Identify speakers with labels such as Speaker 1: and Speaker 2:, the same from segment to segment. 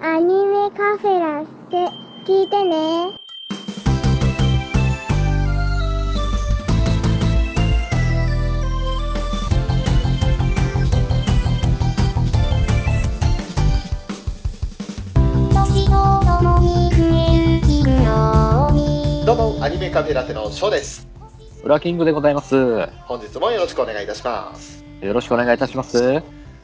Speaker 1: アニメカフェラって聞いてね。年とともに増える奇妙に
Speaker 2: どうもアニメカフェラテのショーです
Speaker 3: ウラキングでございます。よ
Speaker 2: 本日もよろしくお願いいたします
Speaker 3: ろしくお願いいたします。うん。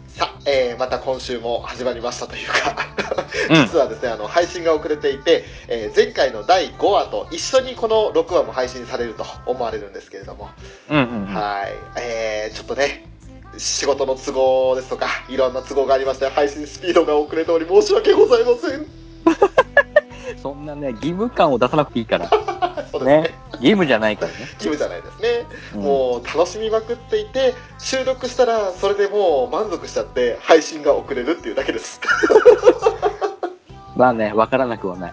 Speaker 2: さあ、えーまた今週も始まりましたというか実はですねあの配信が遅れていて、えー前回の第5話と一緒にこの6話も配信されると思われるんですけれども、
Speaker 3: うんうんうん。
Speaker 2: はい、えーちょっとね仕事の都合ですとかいろんな都合がありまして配信スピードが遅れており申し訳ございません
Speaker 3: そんなね、義務感を出さなくていいから。
Speaker 2: そうですね
Speaker 3: ね。義務じゃないからね。
Speaker 2: 義務じゃないですね
Speaker 3: うん
Speaker 2: もう楽しみまくっていて収録したらそれでもう満足しちゃって配信が遅れるっていうだけですね
Speaker 3: まあね、わからなくはない。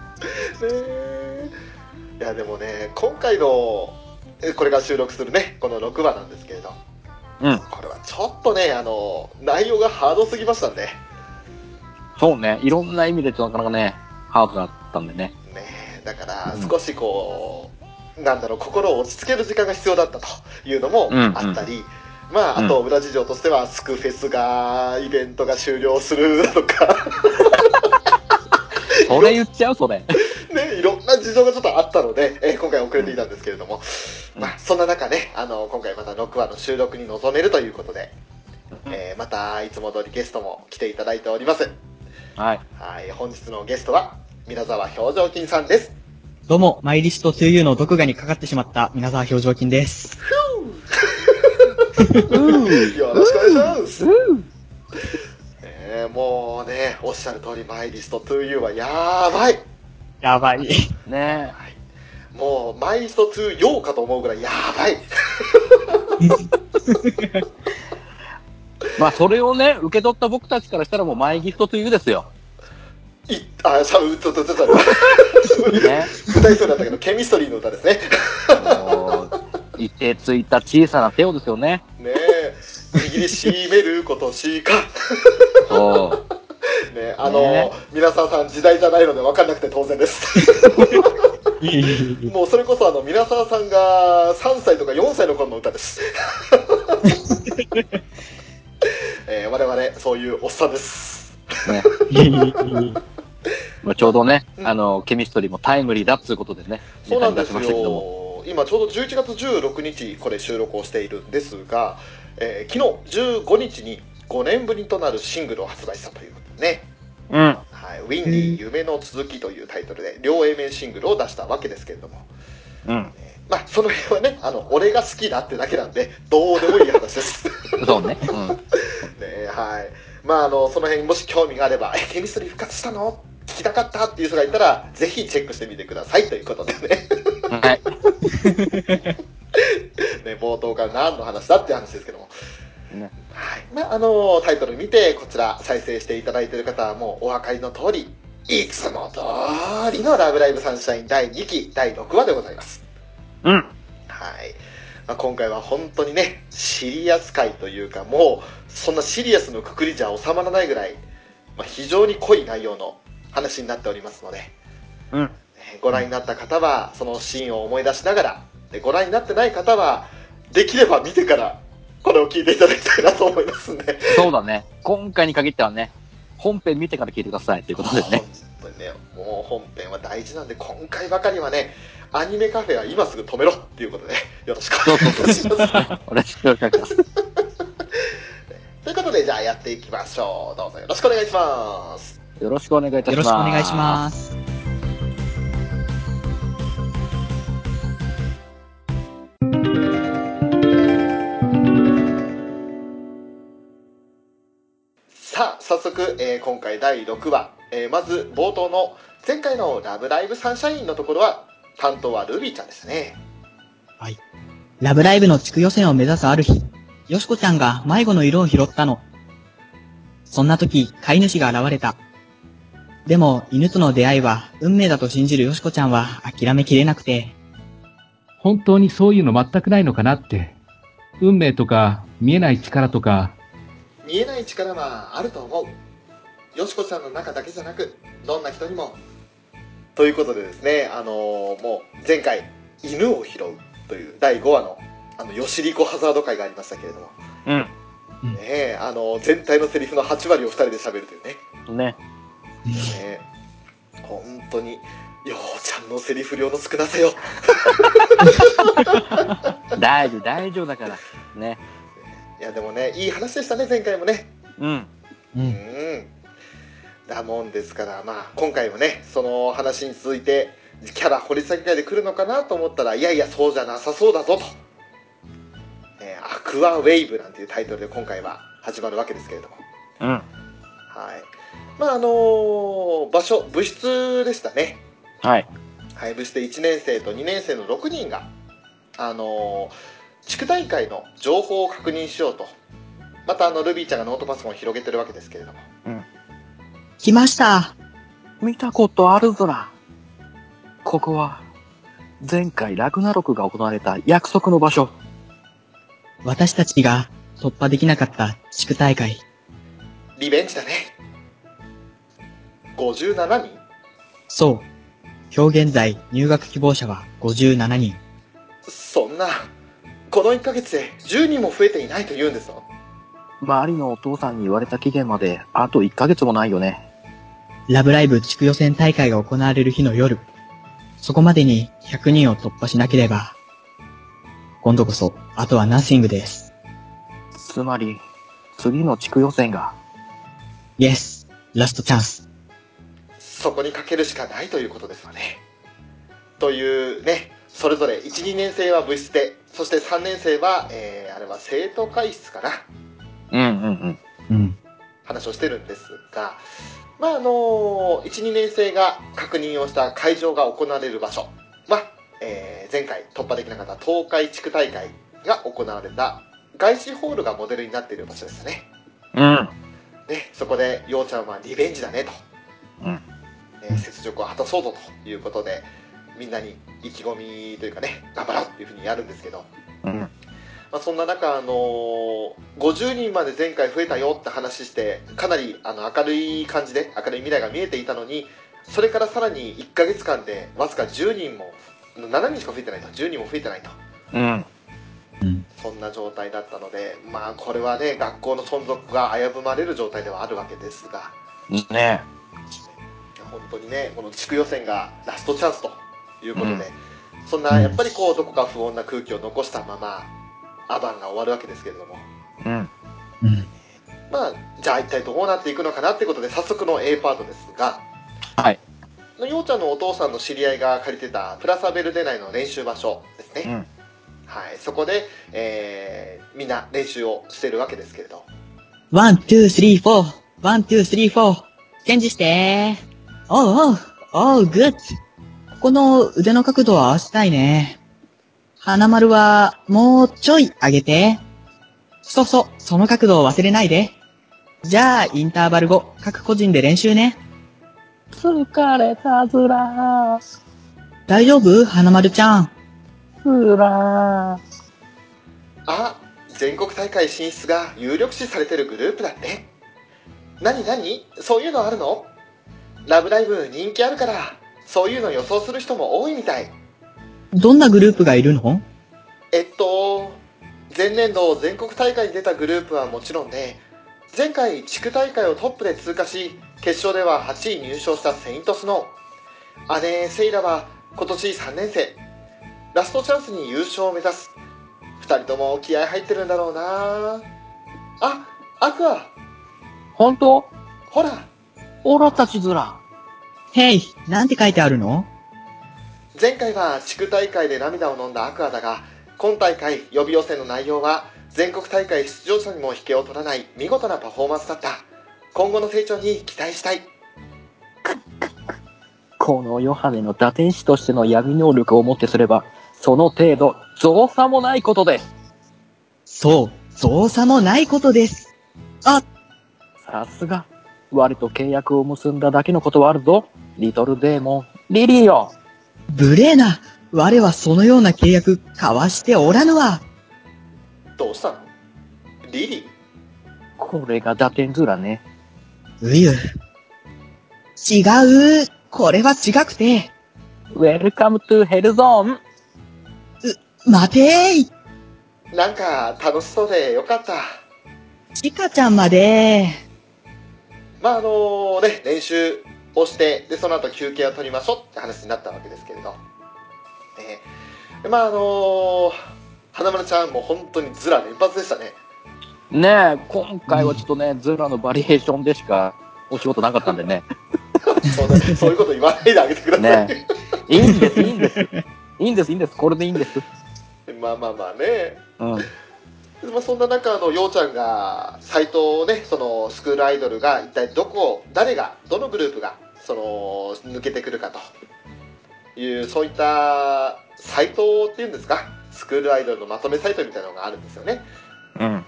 Speaker 2: えいやでもね今回のえこれが収録するねこの6話なんですけれど
Speaker 3: うん。
Speaker 2: これはちょっとねあの内容がハードすぎましたんでね
Speaker 3: そうね、いろんな意味でちょっとなかなかね、ハードだったんでね。
Speaker 2: えだから
Speaker 3: うん
Speaker 2: 少しこう、なんだろう心を落ち着ける時間が必要だったというのも
Speaker 3: うんうん
Speaker 2: あったり、まあ、あと裏事情としては、スクフェスが、イベントが終了するだとか、
Speaker 3: それ言っちゃう、それ。
Speaker 2: ね、いろんな事情がちょっとあったので、えー今回遅れていたんですけれども、
Speaker 3: うん
Speaker 2: まあ、そんな中ね、あの、今回また6話の収録に臨めるということで、
Speaker 3: うん
Speaker 2: えーまたいつも通りゲストも来ていただいております。
Speaker 3: はい。
Speaker 2: はい、本日のゲストは、皆沢表情筋さんです。
Speaker 4: どうも、マイリスト 2U の毒牙にかかってしまった、皆沢表情筋です。
Speaker 2: よろしくお願いします。
Speaker 3: うん。
Speaker 2: えーもうね、おっしゃる通り、マイリスト 2U はやばい。
Speaker 4: やば い。
Speaker 3: ね
Speaker 2: もう、マイリスト 2U かと思うぐらいやばい。
Speaker 3: え。まあ、それをね、受け取った僕たちからしたらもう前ギフトというですよ。
Speaker 2: いあ、しゃぶ、ちょっと、ちょっと、
Speaker 3: ね。
Speaker 2: 歌いそうだったけど、ケミストリーの歌ですね。
Speaker 3: もう、いてついた小さな手をですよね。
Speaker 2: ねえ、握りしめることしか。
Speaker 3: そう。
Speaker 2: ねあの、
Speaker 3: ね
Speaker 2: 皆さんさん時代じゃないので分かんなくて当然です。 もうそれこそあの、皆さんさんが3歳とか4歳の頃の歌です。 えー我々、そういうおっさんです。
Speaker 3: ね。 まあ、ちょうどね、あの、ケミストリーもタイムリーだっつうことでね、
Speaker 2: そうなんで
Speaker 3: ネタに出し
Speaker 2: す
Speaker 3: ましたけども。
Speaker 2: よ。今ちょうど11月16日、これ収録をしているんですが、えー昨日15日に5年ぶりとなるシングルを発売したということでね。
Speaker 3: うん。
Speaker 2: はい、ウィンディー夢の続きというタイトルで両 A 面シングルを出したわけですけれども、
Speaker 3: うん。
Speaker 2: まあ、その辺はねあの俺が好きだってだけなんでどうでもいい話です、 ね
Speaker 3: そうね。う
Speaker 2: はいまあ、あのその辺もし興味があれば「えケミストリー復活したの聞きたかった」っていう人がいたらぜひチェックしてみてくださいということでね
Speaker 3: ん。はい。
Speaker 2: ね冒頭から何の話だっていう話ですけども。
Speaker 3: ね
Speaker 2: はいまあ、あのタイトル見てこちら再生していただいている方はもうお分かりの通りいつも通りの「ラブライブサンシャイン」第2期第6話でございます
Speaker 3: うん。
Speaker 2: はい。まあ、今回は本当にね、シリアス回というか、もう、そんなシリアスのくくりじゃ収まらないぐらい、まあ、非常に濃い内容の話になっておりますので、
Speaker 3: うん。
Speaker 2: えーご覧になった方は、そのシーンを思い出しながら、でご覧になってない方は、できれば見てから、これを聞いていただきたいなと思いますんで。
Speaker 3: そうだね。今回に限ってはね、本編見てから聞いてくださいということでね。
Speaker 2: 本当にね、もう本編は大事なんで、今回ばかりはね、アニメカフェは今すぐ止めろっていうことで、よろしくお願いします。
Speaker 3: お願いします。
Speaker 2: ということで、じゃあやっていきましょう。どうぞよろしくお願いします。
Speaker 3: よろしくお願いいた
Speaker 4: よ
Speaker 3: しま
Speaker 4: ろし
Speaker 3: す。
Speaker 4: くお願いします。
Speaker 2: さあ、早速、えー今回第6話、えーまず冒頭の前回の「ラブライブサンシャイン」のところは、担当はルビーちゃんですね。
Speaker 4: ラブライブの地区予選を目指すある日、よしこちゃんが迷子の色を拾ったの。そんな時、飼い主が現れた。でも、犬との出会いは、運命だと信じるよしこちゃんは諦めきれなくて、
Speaker 5: 本当にそういうの全くないのかなって。運命とか、見えない力とか、
Speaker 2: 見えない力はあると思う。よしこちゃんの中だけじゃなくどんな人にもということでですねあのーもう前回「犬を拾う」という第5話のあのよしりこハザード会がありましたけれどもねえあのー全体のセリフの8割を2人で喋るというね
Speaker 3: うん。ね。
Speaker 2: ね本当にようちゃんのセリフ量の少なさよ
Speaker 3: 大丈夫、大丈夫だから。ね。
Speaker 2: いやでもねいい話でしたね前回もね
Speaker 3: うん。
Speaker 4: う。
Speaker 2: うんんだもんですからまあ今回もねその話に続いてキャラ掘り下げ会で来るのかなと思ったらいやいやそうじゃなさそうだぞと、ねアクアウェイブなんていうタイトルで今回は始まるわけですけれども
Speaker 3: うん。
Speaker 2: はいまああのー場所部室でしたね
Speaker 3: はい。
Speaker 2: 廃部して1年生と2年生の6人が、あのー地区大会の情報を確認しようとまたあのルビーちゃんがノートパソコンを広げてるわけですけれども
Speaker 4: 来ました。
Speaker 3: 見たことあるぞな。ここは、前回ラグナロクが行われた約束の場所。
Speaker 4: 私たちが突破できなかった地区大会。
Speaker 2: リベンジだね57人
Speaker 4: そう。今日現在入学希望者は57人。
Speaker 2: そんなこの1ヶ月で10人も増えていないと言うんですよ
Speaker 3: 周りのお父さんに言われた期限まで、あと1ヶ月もないよね。
Speaker 4: ラブライブ地区予選大会が行われる日の夜。そこまでに100人を突破しなければ。今度こそ、あとはナッシングです。
Speaker 3: つまり、次の地区予選が、
Speaker 4: イエス。ラストチャンス。
Speaker 2: そこにかけるしかないということですよねというねそれぞれ12年生は部室でそして3年生は、えーあれは生徒会室かな
Speaker 3: うんうん
Speaker 4: うん。
Speaker 2: 話をしてるんですが、まああの1、2年生が確認をした会場が行われる場所は、えー前回突破できなかった東海地区大会が行われた外資ホールがモデルになっている場所でしたね。
Speaker 3: うん。うん。
Speaker 2: ね、そこで、ようちゃんはリベンジだねと。
Speaker 3: うん
Speaker 2: ね、雪辱を果たそうぞということで、みんなに意気込みというかね、頑張ろうっていうふうにやるんですけど、
Speaker 3: うん。
Speaker 2: まあ、そんな中、あのー50人まで前回増えたよって話してかなりあの明るい感じで明るい未来が見えていたのにそれからさらに1ヶ月間でわずか10人も7人しか増えてないと10人も増えてないと
Speaker 3: うん。
Speaker 4: うん。
Speaker 2: そんな状態だったのでまあこれはね学校の存続が危ぶまれる状態ではあるわけですが
Speaker 3: ね
Speaker 2: 本当にねこの地区予選がラストチャンスということで、そんなやっぱりこうどこか不穏な空気を残したままアバンが終わるわけですけれども。
Speaker 3: うん。
Speaker 4: うん。
Speaker 2: まあ、じゃあ一体どうなっていくのかなってことで早速の A パートですが、
Speaker 3: はい。
Speaker 2: ようちゃんのお父さんの知り合いが借りてたプラサベルデ内の練習場所ですね。
Speaker 3: うん
Speaker 2: はい、そこで、えーみんな練習をしてるわけですけれど。
Speaker 4: ワン、ツー、スリー、フォー。ワン、ツー、スリー、フォー。チェンジしておうおう。おう、グッズ。ここの腕の角度を合わせたいね。花丸は、もうちょい上げて。そうそう、その角度を忘れないで。じゃあ、インターバル後、各個人で練習ね。
Speaker 6: 疲れたずらー、
Speaker 4: 大丈夫花丸ちゃん。
Speaker 6: ずらー。
Speaker 2: あ、全国大会進出が有力視されてるグループだって。なになにそういうのあるのラブライブ人気あるから、そういうの予想する人も多いみたい。
Speaker 4: どんなグループがいるの
Speaker 2: えっと、前年度全国大会に出たグループはもちろんで、前回地区大会をトップで通過し、決勝では8位入賞したセイントスノー。姉、セイラは今年3年生。ラストチャンスに優勝を目指す。二人とも気合入ってるんだろうなあ、アクア、
Speaker 3: 本当
Speaker 2: ほら、
Speaker 3: オラたちずら。
Speaker 4: ヘイ、なんて書いてあるの
Speaker 2: 前回は地区大会で涙を飲んだアクアだが今大会予備予選の内容は全国大会出場者にも引けを取らない見事なパフォーマンスだった今後の成長に期待したい
Speaker 3: このヨハネの打天使としての闇能力をもってすれば、その程度、造作もないことです。
Speaker 4: そう、造作もないことです。あ、
Speaker 3: さすが。我と契約を結んだだけのことはあるぞ。リトルデーモン、リリーよ。
Speaker 4: 無礼な。我はそのような契約交わしておらぬわ。
Speaker 2: どうしたのリリー
Speaker 3: これが打天ズラね。
Speaker 4: うゆ。違うこれは違くて。
Speaker 6: Welcome to Hell Zone!
Speaker 4: 待てー
Speaker 2: なんか楽しそうでよかった。
Speaker 4: ちかちゃんまで
Speaker 2: まああのね、練習をして、で、その後休憩を取りましょうって話になったわけですけれど。えーでまああの花丸ちゃんも本当にズラ連発でしたね。
Speaker 3: ねえ、今回はちょっとね、ズラのバリエーションでしかお仕事なかったんでね。
Speaker 2: そうねそういうこと言わないであげてください。
Speaker 3: ね え。いいんです、いいんです。いいんです、いいんです。これでいいんです。
Speaker 2: まあまあまあね。
Speaker 3: うん。
Speaker 2: まあ、そんな中、あの、ようちゃんが、サイトをね、その、スクールアイドルが、一体どこを、誰が、どのグループが、その、抜けてくるかという、そういった、サイトっていうんですか、スクールアイドルのまとめサイトみたいなのがあるんですよね。
Speaker 3: うん。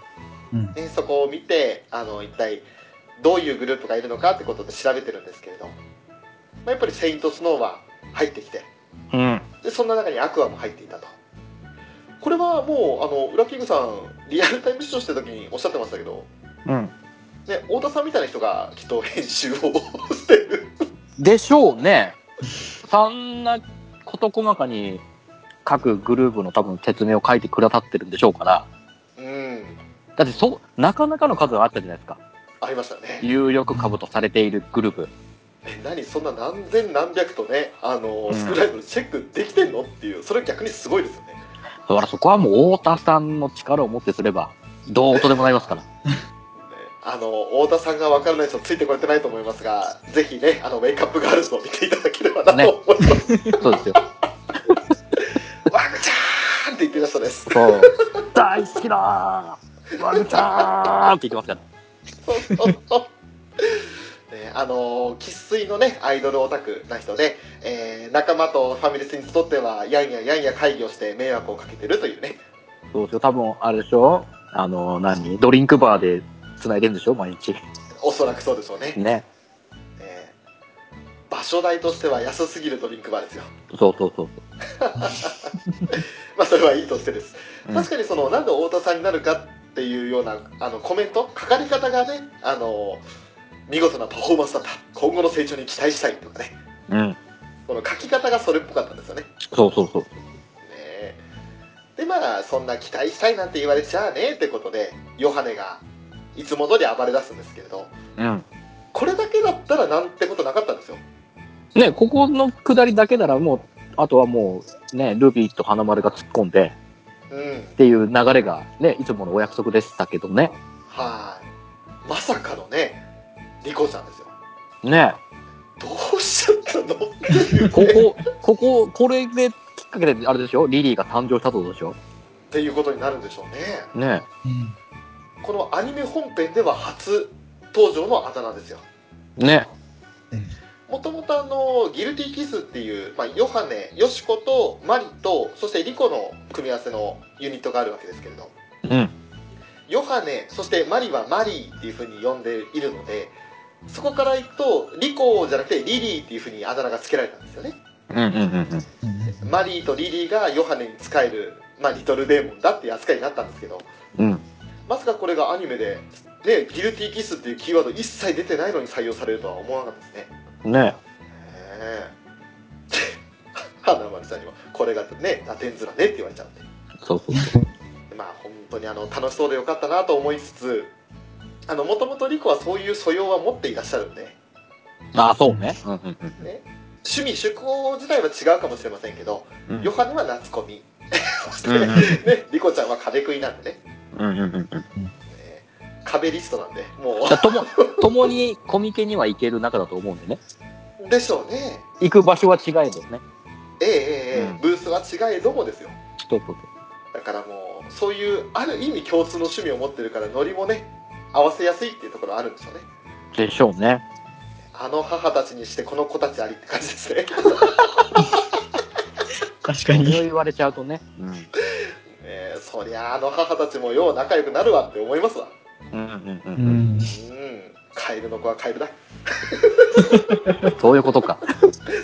Speaker 2: ねそこを見て、あの、一体、どういうグループがいるのかってことで調べてるんですけれど、まあ、やっぱり、セイントスノーは入ってきて、
Speaker 3: うん。
Speaker 2: でそんな中にアクアも入っていたとこれはもうあの裏キングさんリアルタイム視聴してる時におっしゃってましたけど、
Speaker 3: うん。
Speaker 2: ね、太田さんみたいな人がきっと編集 をしてる
Speaker 3: でしょうね。そんな事細かに各グループの多分説明を書いてくださってるんでしょうから。
Speaker 2: うん
Speaker 3: だってそう、なかなかの数があったじゃないですか。
Speaker 2: ありましたね
Speaker 3: 有力株とされているグループ。
Speaker 2: え何そんな何千何百とねあの、
Speaker 3: うん
Speaker 2: スクライブチェックできてんのっていうそれ逆にすごいですよね
Speaker 3: だからそこはもう太田さんの力を持ってすれば、どうとでもなりますから。
Speaker 2: ねあの太田さんが分からない人ついてこれてないと思いますがぜひねあのウェイクアップガールズを見ていただければな
Speaker 3: ね
Speaker 2: と思います、
Speaker 3: そうですよ。
Speaker 2: ワグちゃーんって言ってる人です
Speaker 3: そう。大好きだーワルちゃーんって言ってますから。
Speaker 2: ね、あの生粋のねアイドルオタクな人で、えー仲間とファミレスにとってはやんややんや会議をして迷惑をかけてるというね
Speaker 3: そうですよ。多分、あれでしょあの、何ドリンクバーで繋いでるんでしょ毎日。
Speaker 2: おそらくそうでしょうね、
Speaker 3: ね。
Speaker 2: えー場所代としては安すぎるドリンクバーですよ
Speaker 3: そうそうそう。
Speaker 2: まあそれはいいとしてです
Speaker 3: うん
Speaker 2: 確かにそのなんで太田さんになるかっていうようなあのコメント書かれ方がねあの見事なパフォーマンスだった今後の成長に期待したいとかね
Speaker 3: うん。
Speaker 2: この書き方がそれっぽかったんですよね
Speaker 3: そうそうそう。
Speaker 2: ねえでまあそんな期待したいなんて言われちゃあねってことでヨハネがいつも通り暴れ出すんですけれど
Speaker 3: うん。
Speaker 2: これだけだったらなんてことなかったんですよ
Speaker 3: ね、ここの下りだけならもう、あとはもう、ね、ルビーと花丸が突っ込んで
Speaker 2: うん
Speaker 3: っていう流れが、ね、いつものお約束でしたけどね。
Speaker 2: はいまさかのねリコちゃんですよ
Speaker 3: ね。
Speaker 2: どうしちゃったのって いう
Speaker 3: こ
Speaker 2: ね
Speaker 3: こ、ここ、これで、きっかけで、あれでしょリリーが誕生したってことでしょ
Speaker 2: っていうことになるんでしょうね
Speaker 3: ね。
Speaker 4: う
Speaker 2: このアニメ本編では初登場のあだ名ですよ
Speaker 3: ね。
Speaker 2: もともとあのギルティキスっていう、まあ、ヨハネヨシコとマリとそしてリコの組み合わせのユニットがあるわけですけれど
Speaker 3: うん。
Speaker 2: ヨハネそしてマリはマリーっていうふうに呼んでいるのでそこから行くとリコじゃなくてリリーっていうふうにあだ名が付けられたんですよね
Speaker 3: うんうんうん
Speaker 4: ん。
Speaker 2: マリーとリリーがヨハネに仕える、まあ、リトルデーモンだっていう扱いになったんですけど
Speaker 3: うん。うん。
Speaker 2: まさかこれがアニメで、ね、ギルティキスっていうキーワード一切出てないのに採用されるとは思わなかったですね
Speaker 3: ね
Speaker 2: へ え花丸さんにもこれがねラテンズラねって言われちゃうんで
Speaker 3: そうそうそう。
Speaker 2: まあ本当にあの楽しそうでよかったなと思いつつあのもともとリコはそういう素養は持っていらっしゃるんで、ね、
Speaker 3: ああ、そうね。うんうんうん。
Speaker 2: 趣味趣向自体は違うかもしれませんけど、
Speaker 3: うん
Speaker 2: ヨハネは夏コミそして、
Speaker 3: うんう ん
Speaker 2: ね、リコちゃんは壁食いなんでね
Speaker 3: うんうんうんうん。
Speaker 2: ね壁リストなんでも
Speaker 3: だとも、ともにコミケには行ける仲だと思うんでね。
Speaker 2: うでしょうね
Speaker 3: 行く場所は違えどね。
Speaker 2: ええええええ
Speaker 3: うん
Speaker 2: ブースは違えどもですよ
Speaker 3: そうそう
Speaker 2: だからもうそういうある意味共通の趣味を持ってるからノリもね合わせやすいっていうところあるんでしょうね
Speaker 3: そう。でしょうね。
Speaker 2: あの母たちにしてこの子たちありって感じですね
Speaker 4: 確
Speaker 3: そ
Speaker 4: か
Speaker 3: れを
Speaker 4: に。
Speaker 3: 言われちゃうとね。うん。
Speaker 2: ええそりゃあの母たちもよう仲良くなるわって思いますわ
Speaker 3: うんうんう
Speaker 4: うんん。
Speaker 2: うんカエルの子はカエルだ
Speaker 3: うん。そういうことか。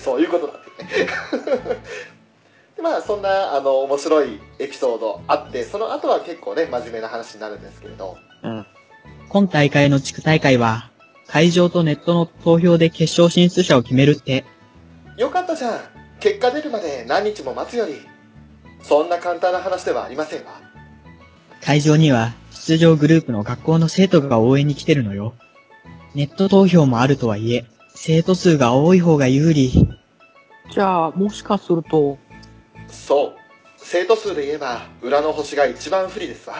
Speaker 2: そういうことだってね でまあそんなあの面白いエピソードあってその後は結構ね真面目な話になるんですけれど
Speaker 3: うん。
Speaker 4: 今大会の地区大会は、会場とネットの投票で決勝進出者を決めるって、
Speaker 2: よかったじゃん結果出るまで何日も待つよりそんな簡単な話ではありませんわ
Speaker 4: 会場には出場グループの学校の生徒が応援に来てるのよ。ネット投票もあるとはいえ、生徒数が多い方が有利。
Speaker 6: じゃあ、もしかすると、
Speaker 2: そう生徒数で言えば裏の星が一番不利ですわ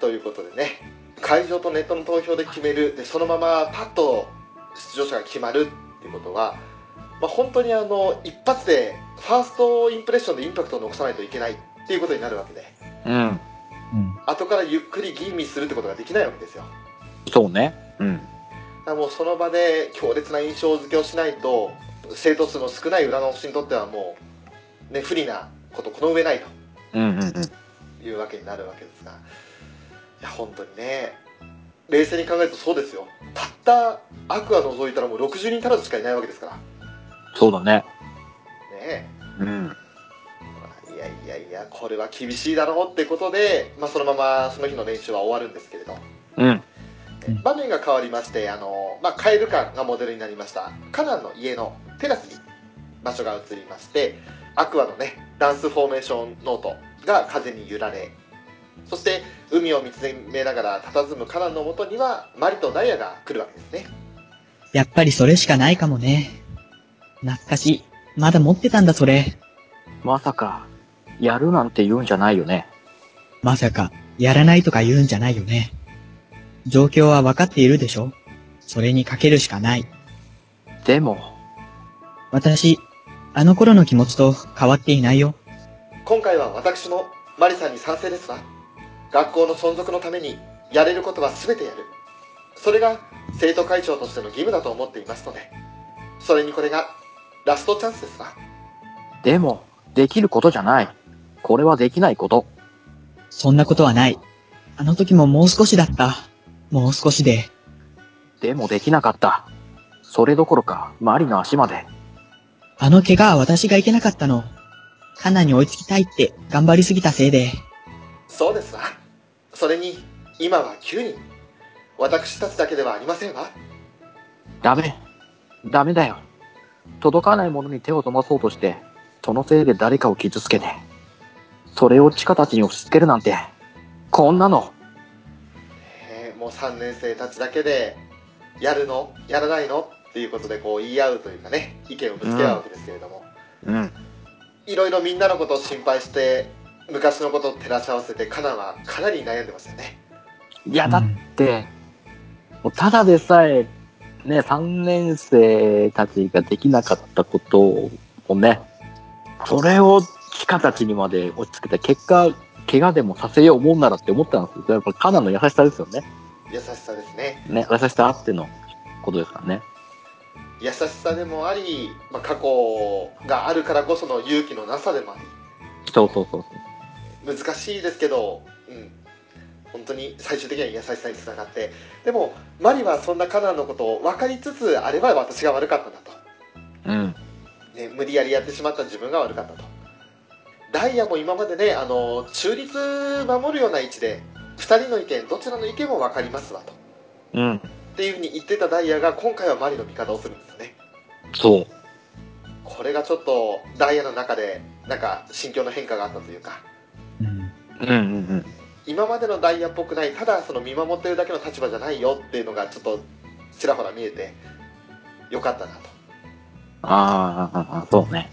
Speaker 2: ということでね会場とネットの投票で決めるでそのままパッと出場者が決まるっていうことは、まあ、本当にあの一発でファーストインプレッションでインパクトを残さないといけないっていうことになるわけで
Speaker 3: うん。
Speaker 5: うん。
Speaker 2: 後からゆっくり吟味するってことができないわけですよ
Speaker 3: そうね。うん。
Speaker 2: だからもうその場で強烈な印象付けをしないと生徒数の少ない裏の星にとってはもう、ね、不利なことこの上ないと
Speaker 3: うんうんうん。
Speaker 2: いうわけになるわけですがいや本当にね冷静に考えるとそうですよたったアクア除いたらもう60人足らずしかいないわけですからね
Speaker 3: そうだね。
Speaker 2: え
Speaker 3: うん。
Speaker 2: いやいやいやこれは厳しいだろうってことで、まあ、そのままその日の練習は終わるんですけれど
Speaker 3: うん。
Speaker 4: うん
Speaker 2: 場面が変わりましてあの、まあ、カエル館がモデルになりましたカナンの家のテラスに場所が移りましてアクアのねダンスフォーメーションノートが風に揺られそして海を見つめながら佇むカナンのもとにはマリとダイヤが来るわけですね
Speaker 4: やっぱりそれしかないかもね。懐かしい。まだ持ってたんだそれ。
Speaker 3: まさか、やるなんて言うんじゃないよね。
Speaker 4: まさか、やらないとか言うんじゃないよね。状況は分かっているでしょそれにかけるしかない。
Speaker 3: でも、
Speaker 4: 私、あの頃の気持ちと変わっていないよ。
Speaker 2: 今回は私もマリさんに賛成ですわ学校の存続のためにやれることは全てやるそれが生徒会長としての義務だと思っていますのでそれにこれがラストチャンスですわ
Speaker 3: でも、できることじゃない。これはできないこと。
Speaker 4: そんなことはない。あの時ももう少しだった。もう少しで。
Speaker 3: でもできなかった。それどころか、マリの足まで。
Speaker 4: あの怪我は私がいけなかったの。カナに追いつきたいって頑張りすぎたせいで。
Speaker 2: そうですわそれに今は9人私たちだけではありませんわ
Speaker 3: ダメ。ダメだよ。届かないものに手を伸ばそうとして、そのせいで誰かを傷つけて、それをチカたちに押し付けるなんて、こんなの、
Speaker 2: えーもう3年生たちだけでやるのやらないのっていうことでこう言い合うというかね意見をぶつけ合うわけですけれども、
Speaker 3: うん、
Speaker 2: いろいろみんなのことを心配して昔のことを照らし合わせてカナはかなり悩んでましたよね
Speaker 3: いや、だって、もうただでさえ、ね、3年生たちができなかったことをね、それをチカたちにまで押し付けて、結果、怪我でもさせようもんならって思ったんですよ。やっぱカナの優しさですよね。
Speaker 2: 優しさですね
Speaker 3: ね、優しさあってのことですからね。
Speaker 2: 優しさでもあり、まあ、過去があるからこその勇気のなさでもあり
Speaker 3: そうそうそうそう。
Speaker 2: 難しいですけど、うん、本当に最終的には優しさにつながってでもマリはそんなカナンのことを分かりつつあれは私が悪かったんだと、
Speaker 3: うん。
Speaker 2: ね、無理やりやってしまった自分が悪かったとダイヤも今までねあの中立守るような位置で2人の意見どちらの意見も分かりますわと
Speaker 3: うん。
Speaker 2: っていうふうに言ってたダイヤが今回はマリの味方をするんですよね
Speaker 3: そう。
Speaker 2: これがちょっとダイヤの中でなんか心境の変化があったというか
Speaker 4: うん。
Speaker 3: うんうん
Speaker 2: 今までのダイヤっぽくないただその見守ってるだけの立場じゃないよっていうのがちょっとちらほら見えてよかったなと
Speaker 3: あーあー、あーそうね。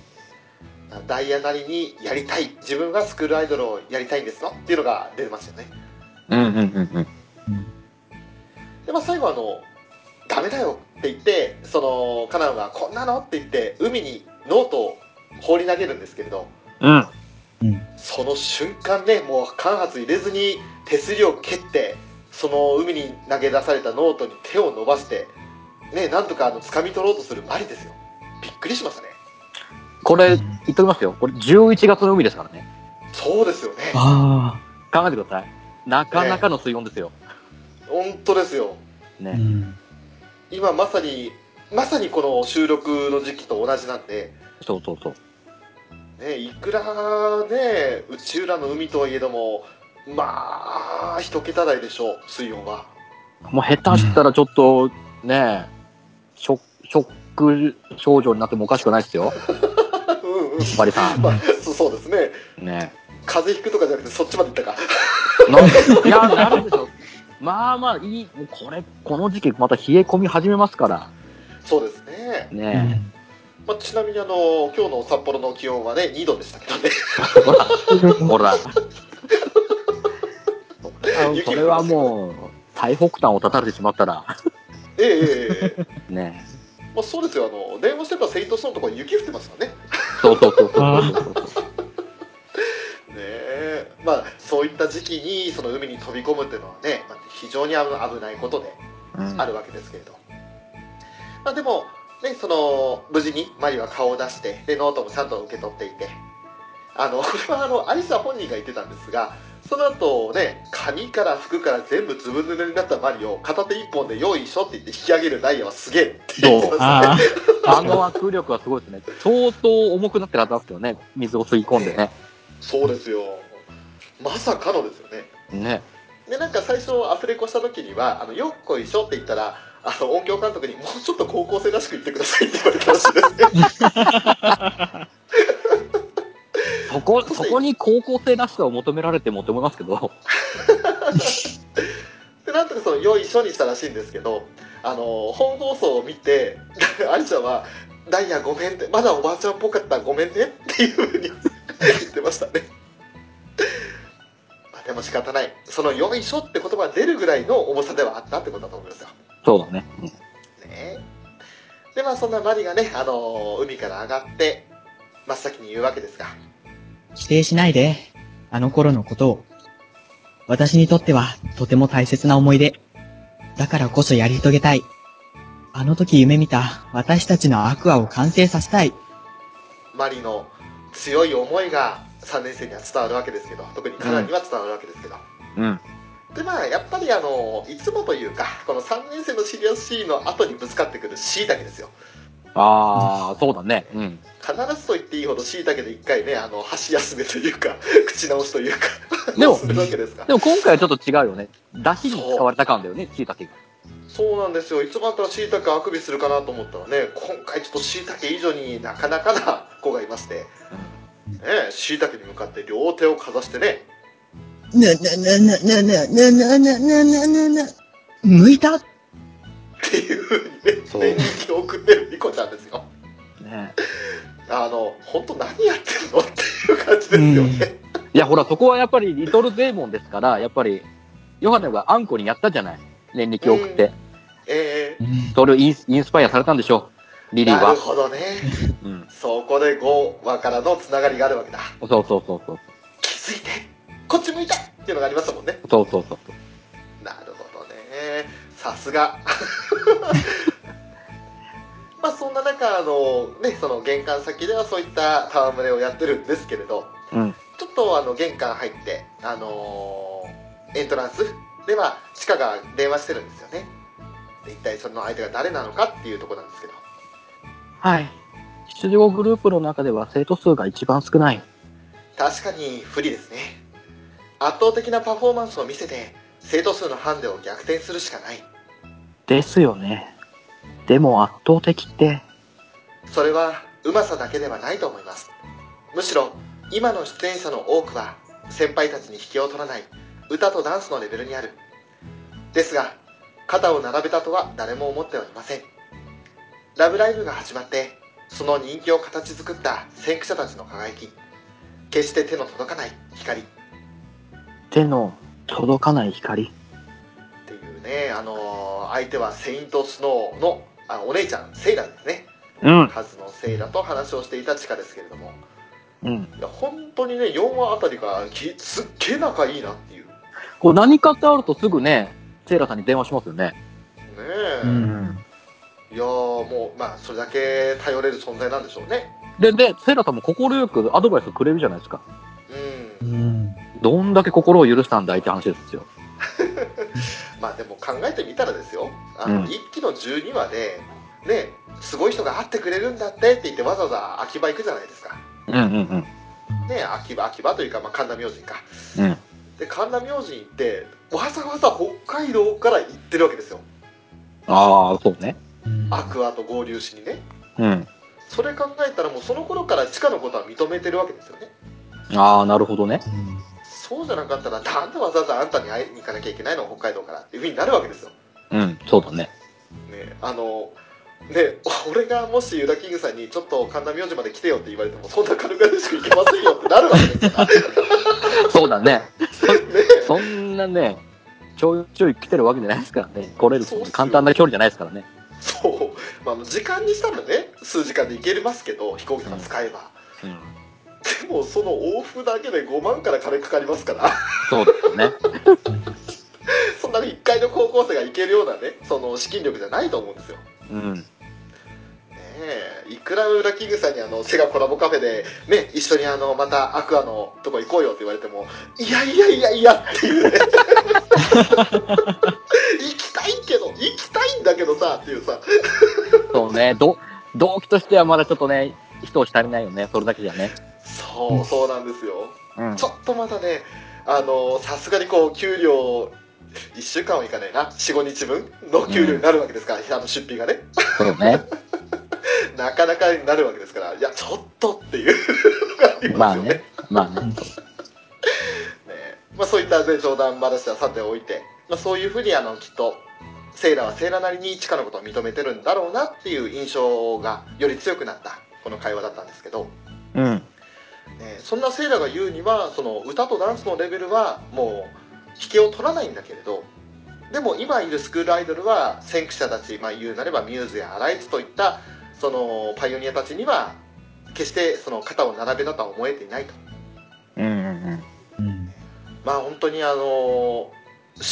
Speaker 2: ダイヤなりにやりたい自分がスクールアイドルをやりたいんですのっていうのが出てましたよね
Speaker 3: うんうんうん
Speaker 2: で、まあ、最後あの「ダメだよ」って言ってそのカナンは「こんなの?」って言って海にノートを放り投げるんですけれど
Speaker 3: うん。うん。
Speaker 4: うん。
Speaker 2: その瞬間ねもう間髪入れずに手すりを蹴ってその海に投げ出されたノートに手を伸ばしてねなんとかあの掴み取ろうとするマリですよびっくりしましたね
Speaker 3: これ、言っときますよ。これ11月の海ですからね。
Speaker 2: そうですよね
Speaker 4: あ
Speaker 3: 考えてください。なかなかの水温ですよ。
Speaker 2: 本当ですよ
Speaker 4: あ。
Speaker 3: ね。
Speaker 4: ん。
Speaker 2: 今まさにまさにこの収録の時期と同じなんで
Speaker 3: そうそうそう。
Speaker 2: ねいくらね内浦の海とはいえどもまあ一桁台でしょう水温は
Speaker 3: もう下手したらちょっと、ねえ、ショショック症状になってもおかしくないですよ。
Speaker 2: うん うん
Speaker 3: バリさ
Speaker 2: まあ、そそうですね
Speaker 3: ん。ね
Speaker 2: 風邪ひくとかじゃなくてそっちまで行ったか
Speaker 3: え。ないや、なるでしょ。まあまあ、いい、もうこれ、この時期また冷え込み始めますから。
Speaker 2: そうですね、
Speaker 3: ね
Speaker 2: まあ、ちなみにあの今日の札幌の気温はね2度でしたけどね
Speaker 3: え。ほら、ほら。
Speaker 2: 雪
Speaker 3: それはもう、最北端を立たれてしまったら、
Speaker 2: えええええ
Speaker 3: ねえ。
Speaker 2: えまあ、そうですよあの電話してたセイントストーンのところに雪降ってますからね
Speaker 3: そうそうそうそうそうそう。
Speaker 2: ねえまあそういった時期にその海に飛び込むっていうのはね、まあ、非常にあの危ないことで
Speaker 3: うん
Speaker 2: あるわけですけれど、まあ、でも、ね、その無事にマリは顔を出してでノートもちゃんと受け取っていてあのこれはあのアリサ本人が言ってたんですがその後ね髪から服から全部ずぶ濡れになったマリを片手一本で用意しろって言って引き上げるダイヤはすげえって言ってましたね
Speaker 4: あ
Speaker 3: あの握力はすごいですね。相当重くなってるはずなんですけどね、水を吸い込んでね。
Speaker 2: そうですよまさかのですよね
Speaker 3: ね。
Speaker 2: でなんか最初アフレコした時には「あのよっこいしょ」って言ったらあの音響監督に「もうちょっと高校生らしく言ってください」って言われたらしいですね
Speaker 3: そこ、そこに高校生らしさを求められてもって思いますけど。
Speaker 2: でなんとかその「よいしょ」にしたらしいんですけどあの本放送を見て アリちゃんは「ダイヤごめん」って「まだおばあちゃんっぽかったごめんね」っていうふうに 言ってましたねまあでも仕方ないその「よいしょ」って言葉が出るぐらいの重さではあったってことだと思いますよ
Speaker 3: そうだね。
Speaker 2: ねでまあそんなマリがね、あのー海から上がって真っ先に言うわけですが
Speaker 4: 否定しないで、あの頃のことを。私にとってはとても大切な思い出。だからこそやり遂げたい。あの時夢見た私たちのアクアを完成させたい。
Speaker 2: マリの強い思いが3年生には伝わるわけですけど特にカナには伝わるわけですけど、
Speaker 3: うん。
Speaker 2: でまあやっぱりあのーいつもというかこの3年生のシリアス C の後にぶつかってくるシイタケですよ
Speaker 3: ああ、そうだね。うん。
Speaker 2: 必ずと言っていいほどシイタケで一回ねあの箸休めというか 口直しというか
Speaker 3: で も
Speaker 2: するわけですが
Speaker 3: でも今回はちょっと違うよね。出汁に使われた感だよね、椎茸が。
Speaker 2: そうなんですよいつもだったらしいたけあくびするかなと思ったらね今回ちょっとしいたけ以上になかなかな子がいましてしいたけに向かって両手をかざしてね
Speaker 4: な、な、な、な、な、な、な、な、な、な、な、な、な、向いた
Speaker 2: っていうふうにね
Speaker 3: そう
Speaker 2: 念力を送ってるニコちゃんですよ
Speaker 3: ね
Speaker 2: あの本当何やってるのっていう感じですよね、
Speaker 3: いや、ほら、そこはやっぱりリトルデーモンですから、やっぱり、ヨハネがあんこにやったじゃない。年力を送って。
Speaker 2: え
Speaker 3: それをインスインスパイアされたんでしょう、リ
Speaker 2: ー、
Speaker 3: リー
Speaker 2: な
Speaker 3: は
Speaker 2: る。ほどね
Speaker 3: うん。
Speaker 2: そこで5話からのつながりがあるわけだ
Speaker 3: そうそうそうそう。
Speaker 2: 気づいてこっち向いたっていうのがありましたもんね
Speaker 3: そうそうそう。
Speaker 2: なるほどねさすが まあそんな中あのねその玄関先ではそういった戯れをやってるんですけれど
Speaker 3: うん。
Speaker 2: ちょっとあの玄関入ってあのーエントランスでは地下が電話してるんですよねで一体その相手が誰なのかっていうところなんですけど
Speaker 6: はい。
Speaker 3: 出場グループの中では生徒数が一番少ない。
Speaker 2: 確かに不利ですね圧倒的なパフォーマンスを見せて生徒数のハンデを逆転するしかない
Speaker 3: ですよね。でも圧倒的って。
Speaker 2: それはうまさだけではないと思いますむしろ今の出演者の多くは先輩たちに引けを取らない歌とダンスのレベルにあるですが肩を並べたとは誰も思ってはいません「ラブライブ!」が始まってその人気を形作った先駆者たちの輝き決して手の届かない光っ
Speaker 3: 手の届かない光。
Speaker 2: ていうねあのー相手はセイントスノーのあお姉ちゃんセイラですね
Speaker 3: うん。
Speaker 2: カズのセイラと話をしていたチカですけれども
Speaker 3: うん。
Speaker 2: いや本当にね4話あたりがきすっげえ仲いいなっていうね
Speaker 3: こう何かってあるとすぐね、セイラさんに電話しますよね。
Speaker 2: え、
Speaker 4: うん
Speaker 2: いやーもうまあそれだけ頼れる存在なんでしょうね
Speaker 3: で、で、セイラさんも心よくアドバイスくれるじゃないですか。
Speaker 2: う
Speaker 4: うんん。
Speaker 3: どんだけ心を許したんだいって話ですよ。
Speaker 2: まあでも考えてみたらですよあの、
Speaker 3: うん
Speaker 2: 1期の12話でねすごい人が会ってくれるんだってって言ってわざわざ秋葉行くじゃないですか
Speaker 3: うんうんうん。
Speaker 2: ね秋葉秋葉というか、まあ、神田明神か、
Speaker 3: うん
Speaker 2: で神田明神行ってわざわざ北海道から行ってるわけですよ
Speaker 3: ああ、そうね。
Speaker 4: うん
Speaker 2: アクアと合流しにね
Speaker 3: うん。
Speaker 2: それ考えたらもうその頃から地下のことは認めてるわけですよね
Speaker 3: ああ、なるほどね。
Speaker 4: うん
Speaker 2: そうじゃなかったらなんでわざわざあんたに会いに行かなきゃいけないの北海道からっていうふうになるわけですよ
Speaker 3: うん、そうだね。
Speaker 2: ねあのね俺がもしユダキングさんにちょっと神田明神まで来てよって言われてもそんな軽々しく行けませんよってなるわけですからね
Speaker 3: そうだね。そんなね、ちょいちょい来てるわけじゃないですからね。来れる
Speaker 2: そうっすよ
Speaker 3: 簡単な距離じゃないですからね。
Speaker 2: そう、まあ、時間にしたらね数時間で行けますけど飛行機とか使えば、
Speaker 3: うん。
Speaker 2: でもその往復だけで5万から金かかりますから
Speaker 3: そうだよね。
Speaker 2: そんなに1回の高校生が行けるようなねその資金力じゃないと思うんですよ
Speaker 3: うん。
Speaker 2: ねえいくらウラキングさんにあのセガコラボカフェで、ね、一緒にあのまたアクアのとこ行こうよって言われてもいやいやいやいやっていうね行きたいけど行きたいんだけどさっていうさ
Speaker 3: そうね。ど、動機としてはまだちょっとね、人を足りないよね。それだけじゃね。
Speaker 2: そううんそうなんですよ
Speaker 3: うん
Speaker 2: ち。ょっとまだねあのさすがにこう給料1週間はいかないな45日分の給料になるわけですから、あの出費がね
Speaker 3: そうね。
Speaker 2: なかなかになるわけですからいやちょっとっていうのがあり
Speaker 3: ま
Speaker 2: ま
Speaker 3: あ
Speaker 2: すよね,ね
Speaker 3: ね。まあね。
Speaker 2: え、まあ、そういった、ね、冗談話はさておいて、まあ、そういうふうにあのきっとセイラはセイラなりに地下のことを認めてるんだろうなっていう印象がより強くなったこの会話だったんですけど、
Speaker 3: うん。
Speaker 2: ね、そんなセイラが言うにはその歌とダンスのレベルはもう引けを取らないんだけれどでも今いるスクールアイドルは先駆者たち、まあ、言うなればミューズやアライズといったそのパイオニアたちには決してその肩を並べたとは思えていないと
Speaker 3: うんうん
Speaker 4: うん
Speaker 2: まあ本当にあの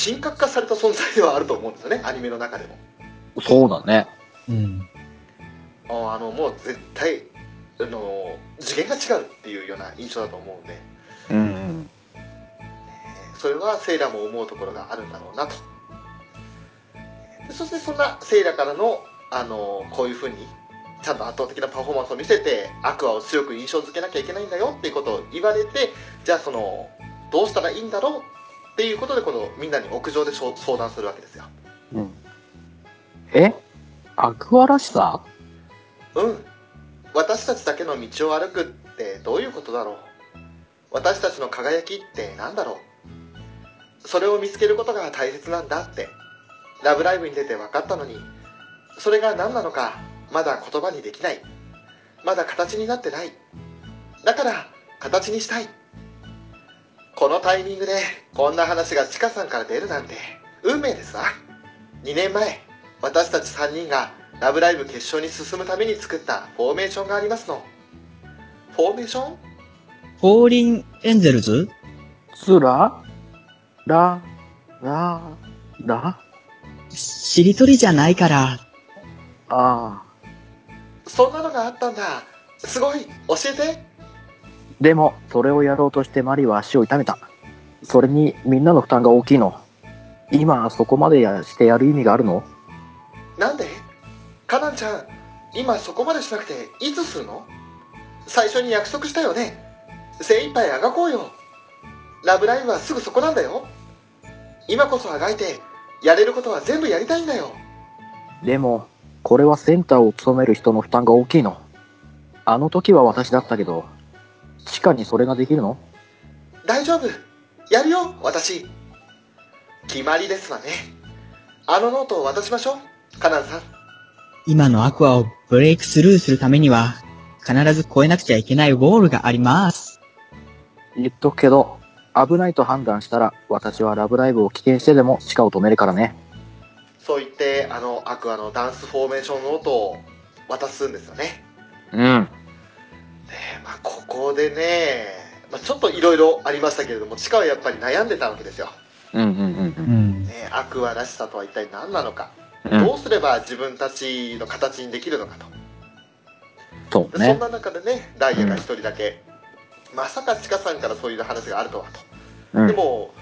Speaker 2: 神格化された存在ではあると思うんですよねアニメの中でも
Speaker 3: うん。そうだね。
Speaker 4: うん
Speaker 2: ああのもう絶対あの次元が違うっていうような印象だと思うんで
Speaker 3: うん
Speaker 2: それはセイラも思うところがあるんだろうなとでそしてそんなセイラからの、あのこういうふうにちゃんと圧倒的なパフォーマンスを見せてアクアを強く印象づけなきゃいけないんだよっていうことを言われてじゃあそのどうしたらいいんだろうっていうことでこのみんなに屋上でしょ相談するわけですよ。
Speaker 3: うん。うん。えアクアらしさ
Speaker 2: うん私たちだけの道を歩くってどういうことだろう私たちの輝きって何だろうそれを見つけることが大切なんだって「ラブライブ!」に出て分かったのにそれが何なのかまだ言葉にできないまだ形になってないだから形にしたいこのタイミングでこんな話がチカさんから出るなんて運命ですわ2年前私たち3人が「ラブライブ!」決勝に進むために作ったフォーメーションがありますのフォーメーション
Speaker 4: フォーリンエンゼルズ
Speaker 6: つらららら
Speaker 4: しりとりじゃないから、
Speaker 6: ああ。
Speaker 2: そんなのがあったんだすごい教えて
Speaker 6: でも、それをやろうとしてマリは足を痛めた。それに、みんなの負担が大きいの。今、そこまでやしてやる意味があるの
Speaker 2: なんでカナンちゃん今そこまでしなくていつするの最初に約束したよね精一杯あがこうよラブライブはすぐそこなんだよ今こそあがいてやれることは全部やりたいんだよ
Speaker 6: でも、これはセンターを務める人の負担が大きいの。あの時は私だったけど、地下にそれができるの
Speaker 2: 大丈夫やるよ私決まりですわねあのノートを渡しましょうカナンさん
Speaker 4: 今のアクアをブレイクスルーするためには、必ず越えなくちゃいけないウォールがあります。
Speaker 6: 言っとくけど、危ないと判断したら、私はラブライブを棄権してでも地下を止めるからね。
Speaker 2: そう言ってあのアクアのダンスフォーメーションノートを渡すんですよね
Speaker 3: うん。
Speaker 2: ねえまあ、ここでね、まあ、ちょっといろいろありましたけれども地下はやっぱり悩んでたわけですよ、
Speaker 3: うんうんうんうん。
Speaker 4: ん。
Speaker 2: ねえ、アクアらしさとは一体何なのか、
Speaker 3: うん
Speaker 2: どうすれば自分たちの形にできるのかと
Speaker 3: そう
Speaker 2: そん
Speaker 3: ね。
Speaker 2: な中でねダイヤが一人だけ、まさかチカさんからそういう話があるとはと、
Speaker 3: うん
Speaker 2: でも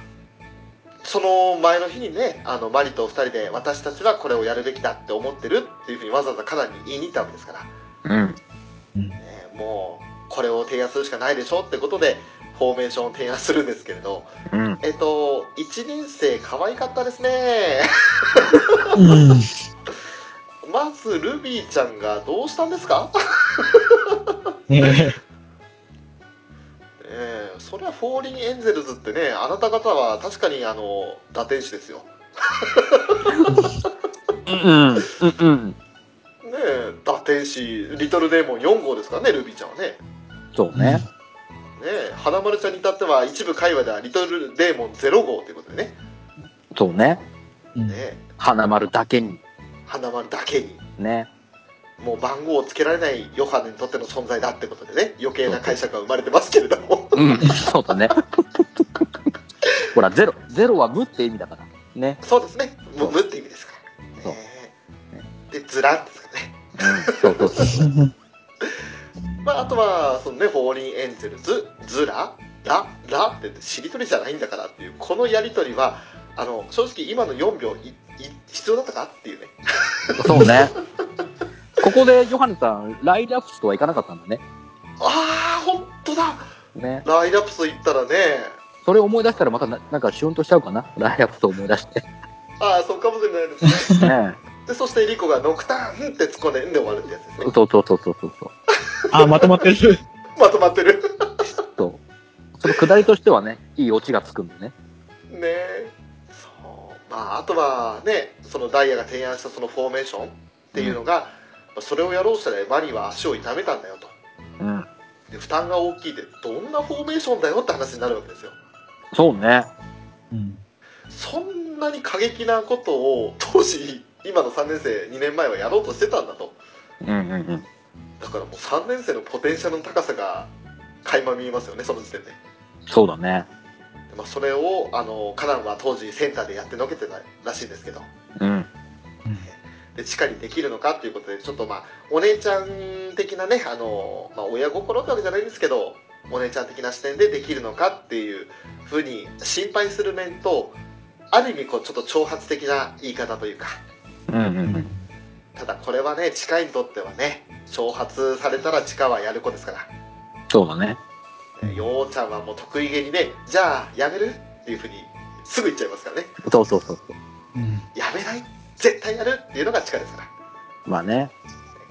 Speaker 2: その前の日にねあのマリと2人で私たちはこれをやるべきだって思ってるっていうふうにわざわざカナンに言いに行ったわけですから
Speaker 3: うん。
Speaker 2: ねもうこれを提案するしかないでしょってことでフォーメーションを提案するんですけれど、
Speaker 6: うん。
Speaker 2: えっと、1年生可愛かったですね。
Speaker 4: うん。
Speaker 2: まず、ルビーちゃんがどうしたんですか
Speaker 4: ね
Speaker 2: ええそりゃフォーリンエンゼルズってね、あなた方は確かにあの、打天使ですよ。
Speaker 3: うん。うん。うん。
Speaker 2: ねえ、打天使、リトルデーモン4号ですからね、ルビーちゃんはね。
Speaker 3: そうね。
Speaker 2: ねえ、花丸ちゃんに至っては一部界隈ではリトルデーモン0号ということでね。
Speaker 6: そうね。
Speaker 4: うん
Speaker 2: ねえ、
Speaker 6: 花丸だけに。
Speaker 2: 花丸だけに。
Speaker 6: ね。
Speaker 2: もう番号をつけられないヨハネにとっての存在だってことでね余計な解釈が生まれてますけれども
Speaker 3: うん。
Speaker 6: そうだね。ほら、ゼロ。ゼロは無って意味だから。ね。
Speaker 2: そうですねも う無って意味ですから、
Speaker 6: そう
Speaker 2: ねえ、でズランですかね
Speaker 6: うん。そうそうそう。
Speaker 2: まああとはそのねフォーリンエンゼルズズラララってしりとりじゃないんだからっていうこのやりとりはあの正直今の4秒いい必要だったかっていうね
Speaker 6: そうね。ここで、ヨハネさん、ライラプスとはいかなかったんだね。
Speaker 2: ああ本当だ
Speaker 6: ね。
Speaker 2: ライラプス行ったらね
Speaker 6: それを思い出したら、またな、なんか、シュンとしちゃうかな。ライラプスを思い出して。
Speaker 2: ああそうかもしれないですね
Speaker 6: ね。
Speaker 2: でそしてリコが「ノクターン!」って突っ込んで「ん」で終わるってやつですね
Speaker 6: そうそうそうそうそうそう。
Speaker 4: あ、まとまってる。
Speaker 2: まとまってる
Speaker 6: そう。その下りとしてはね、いいオチがつくんでね。
Speaker 2: ねえそうまああとはねそのダイヤが提案したそのフォーメーションっていうのが、まあそれをやろうとしたらマリは足を痛めたんだよと
Speaker 6: うん。
Speaker 2: で負担が大きいでどんなフォーメーションだよって話になるわけですよ
Speaker 6: そうね。
Speaker 4: うん。
Speaker 2: そんなに過激なことを当時今の3年生2年前はやろうとしてたんだと
Speaker 6: うんうんうん。
Speaker 2: だからもう3年生のポテンシャルの高さが垣間見えますよねその時点で
Speaker 6: そうだね。
Speaker 2: でまあ、それをあのカナンは当時センターでやってのけてたらしいんですけど
Speaker 6: うん。
Speaker 2: で地下にできるのかっていうことでちょっとまあお姉ちゃん的なねあの、まあ、親心ってわけじゃないんですけどお姉ちゃん的な視点でできるのかっていうふうに心配する面とある意味こうちょっと挑発的な言い方というか
Speaker 6: うんうん
Speaker 2: ただこれはね地下にとってはね挑発されたら地下はやる子ですから
Speaker 6: そうだね。
Speaker 2: えようちゃんはもう得意げにねじゃあやめるっていうふうにすぐ言っちゃいますからね
Speaker 6: そうそうそうそう。
Speaker 5: うん。
Speaker 2: やめない絶対やるっていうのが地下ですから
Speaker 6: まあね、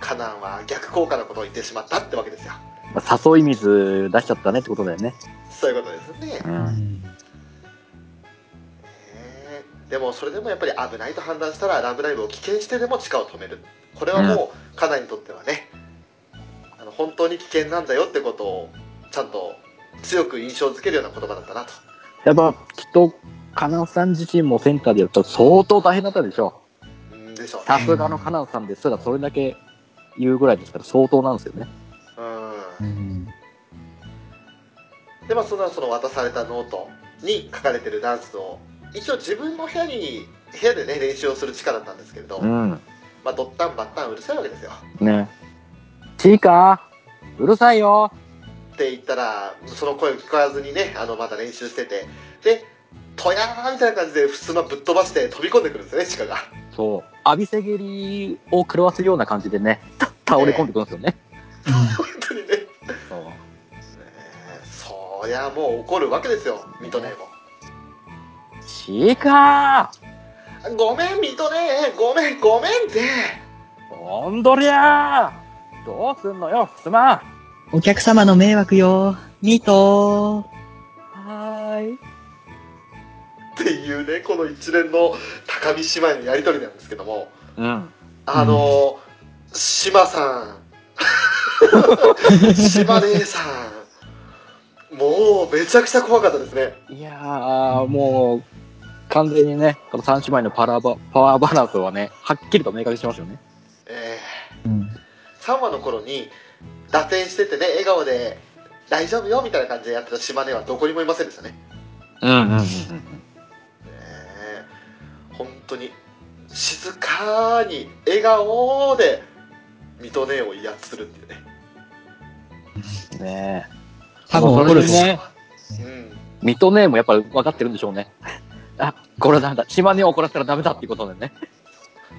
Speaker 2: カナンは逆効果なことを言ってしまったってわけですよ
Speaker 6: まあ誘い水出しちゃったねってことだよね。
Speaker 2: そういうことですね
Speaker 6: う。
Speaker 4: うんん。
Speaker 2: ねえでもそれでもやっぱり危ないと判断したら「ラブライブ!」を棄権してでも地下を止めるこれはもうカナンにとってはねあの本当に危険なんだよってことをちゃんと強く印象づけるような言葉だったなと
Speaker 6: やっぱ、きっと、カナンさん自身もセンターでやったら相当大変だったでしょ
Speaker 2: うんでしょ
Speaker 6: う。
Speaker 2: う
Speaker 6: さ
Speaker 2: ね
Speaker 6: すがのカナンさんですらそれだけ言うぐらいですから相当なんですよね。
Speaker 2: う
Speaker 5: うん。
Speaker 2: んでまあそのその渡されたノートに書かれてるダンスを一応自分の部屋に部屋でね練習をする地下だったんですけれど、
Speaker 6: うん。
Speaker 2: まあドッタンバッタンうるさいわけですよ
Speaker 6: ね。チーカー、うるさいよ。
Speaker 2: って言ったらその声を聞かずにねあのまだ練習しててで「とやー」みたいな感じで普通のぶっ飛ばして飛び込んでくるんですよね地下が
Speaker 6: そう。浴びせ蹴りを狂わすような感じでね、た倒れ込んでくるんですよね。
Speaker 2: 本当にねね
Speaker 6: そう。
Speaker 2: えそりゃもう怒るわけですよミトネーも
Speaker 6: チーカー、
Speaker 2: 「ごめんミトネーごめんごめん」って
Speaker 6: オンドリアー、どうすんのよ、すまん。
Speaker 4: お客様の迷惑よ。ミト
Speaker 6: はーい。
Speaker 2: っていうねこの一連の高見姉妹のやり取りなんですけども
Speaker 6: うん。
Speaker 2: あの志麻さ ん志麻姉さんもうめちゃくちゃ怖かったですね
Speaker 6: いやー、もう、完全にね、この三姉妹のパラバパワーバランスはね、はっきりと明確にしてますよね。
Speaker 2: え
Speaker 5: う
Speaker 2: え
Speaker 5: ん。
Speaker 2: 3話の頃に打点しててね笑顔で「大丈夫よ」みたいな感じでやってた島根はどこにもいませんでしたね
Speaker 6: うんうんうん。
Speaker 2: ねえ本当に静かに笑顔で水戸姉を威圧するっていうね
Speaker 6: ね
Speaker 4: 多分怒ると
Speaker 6: それ
Speaker 4: 思
Speaker 2: う
Speaker 4: う。
Speaker 6: でね
Speaker 2: ん
Speaker 6: え。水戸ねもやっぱり分かってるんでしょう ね。あ、これなんだ。島根を怒らせたらダメだっていうことでね。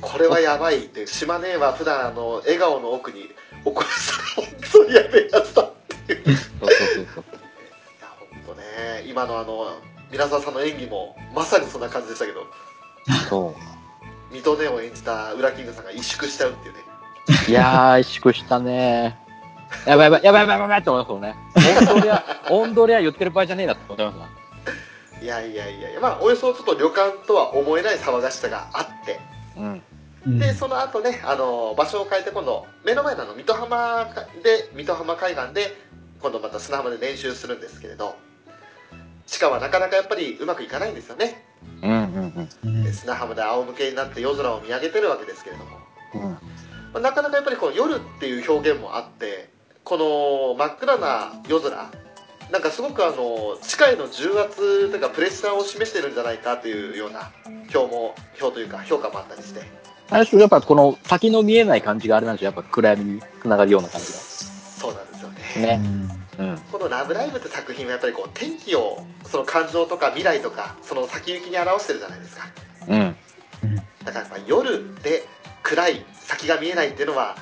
Speaker 2: これはやばいって島根は普段あの笑顔の奥に怒らせたら本当にやべえやつだい
Speaker 6: そうそうそうそう。
Speaker 2: や本のあの皆沢さんの演技もまさにそんな感じでしたけど
Speaker 6: そ
Speaker 2: 水戸音を演じた裏キングさんが萎縮しちゃうっていうね
Speaker 6: う。いやー、萎縮したね
Speaker 3: やばいやばいやばいやばいやばいって思いますもんね。オンドリア、オンドリア言ってる場合じゃねえなって思いますもん
Speaker 2: いやいやいやいやまあおよそちょっと旅館とは思えない騒がしさがあって
Speaker 6: うん。
Speaker 4: うん
Speaker 2: でその後ねあの場所を変えて今度目の前のあの水戸浜で水戸浜海岸で今度また砂浜で練習するんですけれど地下はなかなかやっぱりうまくいかないんですよね
Speaker 6: うんうん
Speaker 4: うん
Speaker 2: で砂浜で仰向けになって夜空を見上げてるわけですけれども、
Speaker 6: うん。
Speaker 2: まあなかなかやっぱりこの夜っていう表現もあってこの真っ暗な夜空なんかすごくあの地下への重圧というかプレッシャーを示してるんじゃないかというような表も表というか評価もあったりして
Speaker 3: あれですやっぱこの先の見えない感じがあれなんですよ。やっぱ暗闇に繋がるような感じ
Speaker 2: そうなんですよね
Speaker 3: が。ね。
Speaker 4: うん
Speaker 3: うん。
Speaker 2: この「ラブライブ!」って作品はやっぱりこう天気をその感情とか未来とかその先行きに表してるじゃないですか
Speaker 6: うん。
Speaker 2: だからやっぱ夜で暗い先が見えないっていうのは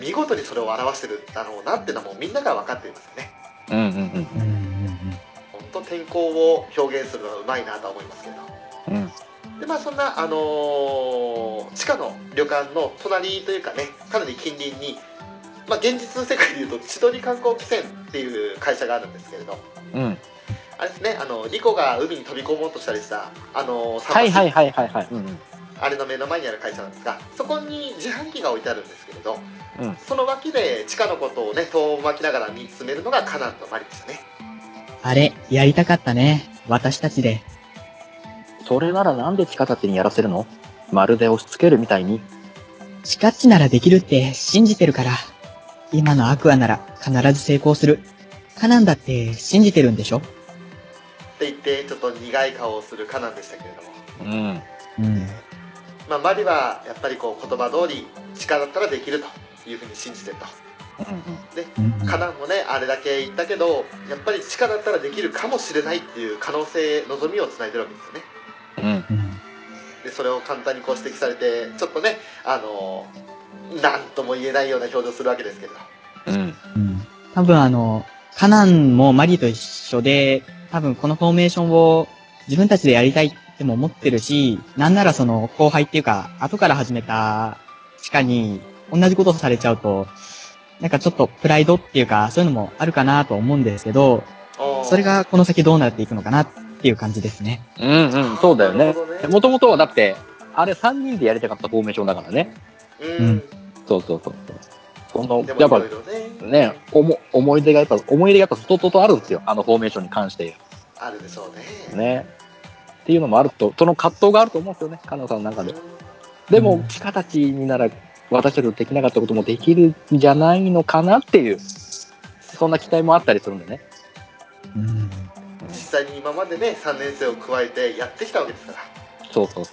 Speaker 2: 見事にそれを表してるだろうなっていうのはもうみんなが分かっていますよね
Speaker 6: うんうん
Speaker 4: うんうん
Speaker 2: 本当天候を表現するのはうまいなとは思いますけど
Speaker 6: うん。うん。
Speaker 2: でまあそんな、あのー地下の旅館の隣というかねかなり近隣に、まあ、現実世界でいうと千鳥観光汽船っていう会社があるんですけれど
Speaker 6: うん。
Speaker 2: あれですねあのリコが海に飛び込もうとしたりしたあのー
Speaker 3: はいは
Speaker 2: 桟
Speaker 3: いはいはいはい。
Speaker 6: うん。
Speaker 2: 橋あれの目の前にある会社なんですがそこに自販機が置いてあるんですけれど、
Speaker 6: うん
Speaker 2: その脇で地下のことをね遠巻きながら見つめるのがカナンとマリでしたね
Speaker 4: あれ、やりたかったね。私たちで。
Speaker 6: それならなんで地下たちにやらせるのまるで押し付けるみたいに。
Speaker 4: チカッチならできるって信じてるから。今のアクアなら必ず成功する。カナンだって信じてるんでしょ
Speaker 2: って言ってちょっと苦い顔をするカナンでしたけれども
Speaker 6: うん。
Speaker 4: うん。
Speaker 2: まあ、マリはやっぱりこう言葉通り力だったらできるというふうに信じてると
Speaker 4: うん
Speaker 2: カナンもねあれだけ言ったけどやっぱり力だったらできるかもしれないっていう可能性望みをつないでるわけですよね
Speaker 6: うん。うん。
Speaker 2: でそれを簡単にこう指摘されてちょっとねあの何とも言えないような表情するわけですけれど
Speaker 6: うん。
Speaker 4: うん多分あの、カナンもマリーと一緒で、多分このフォーメーションを自分たちでやりたいっても思ってるし、なんならその後輩っていうか、後から始めた地下に同じことされちゃうと、なんかちょっとプライドっていうか、そういうのもあるかなと思うんですけど、
Speaker 2: おー
Speaker 4: それがこの先どうなっていくのかなっていう感じですね。
Speaker 3: うんうん、そうだよ
Speaker 2: な
Speaker 3: ね
Speaker 2: るほどね。
Speaker 3: もともとはだって、あれ3人でやりたかったフォーメーションだからね。
Speaker 2: うん
Speaker 3: そうそうそう。その
Speaker 2: でも
Speaker 3: やっ
Speaker 2: い
Speaker 3: ぱ
Speaker 2: ろいろね
Speaker 3: ね、おも思い出がやっぱ、思い出がやっぱ相当とあるんですよ。あのフォーメーションに関して
Speaker 2: あるでしょうね
Speaker 3: ね。っていうのもあると、その葛藤があると思うんですよね、カナさんの中で。でも、地下たちになら私たちのできなかったこともできるんじゃないのかなっていう、そんな期待もあったりするんでね。
Speaker 4: うん。
Speaker 2: 実際に今までね3年生を加えてやってきたわけですから
Speaker 3: そうそうそ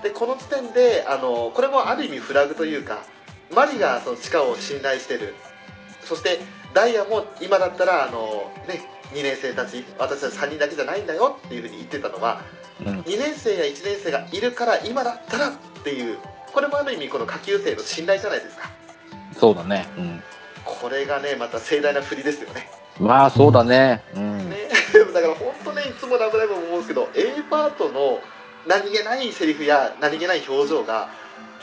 Speaker 3: う。
Speaker 2: でこの時点であのこれもある意味フラグというかマリがその地下を信頼してるそしてダイヤも今だったらあの、ね、2年生たち私たち3人だけじゃないんだよっていうふうに言ってたのは、
Speaker 6: うん
Speaker 2: 2年生や1年生がいるから今だったらっていうこれもある意味この下級生の信頼じゃないですか
Speaker 6: そうだね。うん。
Speaker 2: これがねまた盛大な振りですよね
Speaker 6: まあ、そうだね。うん。
Speaker 2: ね だから本当ねいつも「ラブライブ!」も思うんですけど A パートの何気ないセリフや何気ない表情が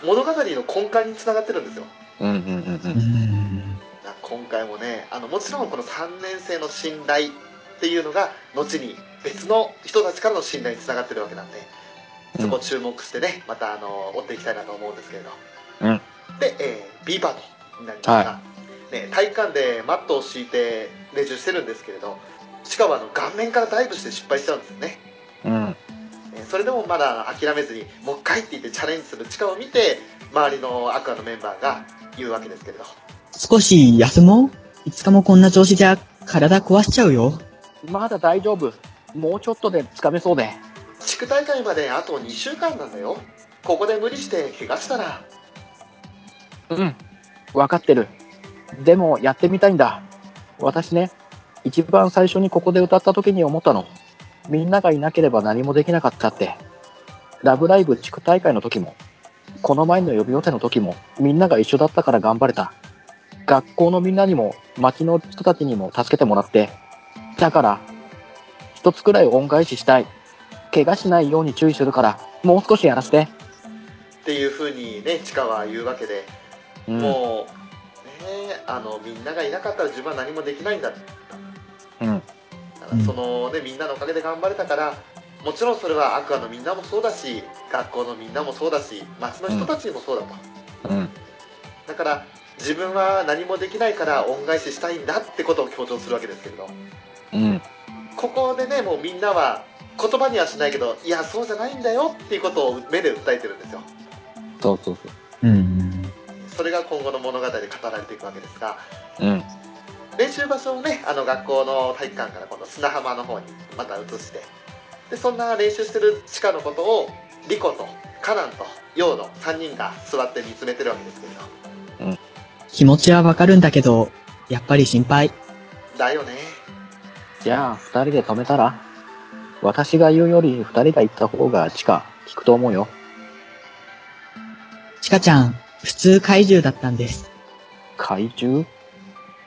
Speaker 2: 物語の根幹につながってるんですよ
Speaker 6: うんうんうんう。
Speaker 4: うんん。
Speaker 2: だから今回もねあのもちろんこの3年生の信頼っていうのが後に別の人たちからの信頼につながってるわけなんで
Speaker 6: うん
Speaker 2: そこ注目してねまたあの追っていきたいなと思うんですけれど、
Speaker 6: うん
Speaker 2: で、えー B パートになりますが、
Speaker 6: は
Speaker 2: ね、体育館でマットを敷いて練習してるんですけれどしかもあの顔面からダイブして失敗しちゃうんですよね
Speaker 6: うん。
Speaker 2: えーそれでもまだ諦めずにもう一回って言ってチャレンジする力を見て周りのアクアのメンバーが言うわけですけれど
Speaker 4: 少し休もういつかもこんな調子じゃ体壊しちゃうよ。
Speaker 3: まだ大丈夫。もうちょっとでつかめそうで。
Speaker 2: 地区大会まであと2週間なんだよここで無理して怪我したら
Speaker 6: うん。わかってる。でも、やってみたいんだ。私ね、一番最初にここで歌った時に思ったの。みんながいなければ何もできなかったって。ラブライブ地区大会の時も、この前の予備予定の時も、みんなが一緒だったから頑張れた。学校のみんなにも、町の人たちにも助けてもらって。だから、一一つくらい恩返ししたい。怪我しないように注意するから、もう少しやらせて。
Speaker 2: っていうふうにねチカは言うわけで、
Speaker 6: うん。
Speaker 2: もうねあのみんながいなかったら自分は何もできないんだ
Speaker 6: うん
Speaker 2: だからそのねみんなのおかげで頑張れたからもちろんそれはアクアのみんなもそうだし学校のみんなもそうだし町の人たちもそうだと、
Speaker 6: うん。
Speaker 2: だから自分は何もできないから恩返ししたいんだってことを強調するわけですけれど
Speaker 6: うん。
Speaker 2: ここでねもうみんなは言葉にはしないけどいやそうじゃないんだよっていうことを目で訴えてるんですよ
Speaker 6: そうそう
Speaker 5: うん。
Speaker 2: それが今後の物語で語られていくわけですが
Speaker 6: そう。うん。
Speaker 2: 練習場所をねあの学校の体育館から今度砂浜の方にまた移してでそんな練習してる地下のことをリコとカナンとヨウの3人が座って見つめてるわけですけれど
Speaker 4: 気持ちはわかるんだけど、やっぱり心配。
Speaker 2: だよね
Speaker 6: じゃあ、二人で止めたら私が言うより二人が言った方が近、聞くと思うよ。
Speaker 4: チカちゃん、普通怪獣だったんです。
Speaker 6: 怪獣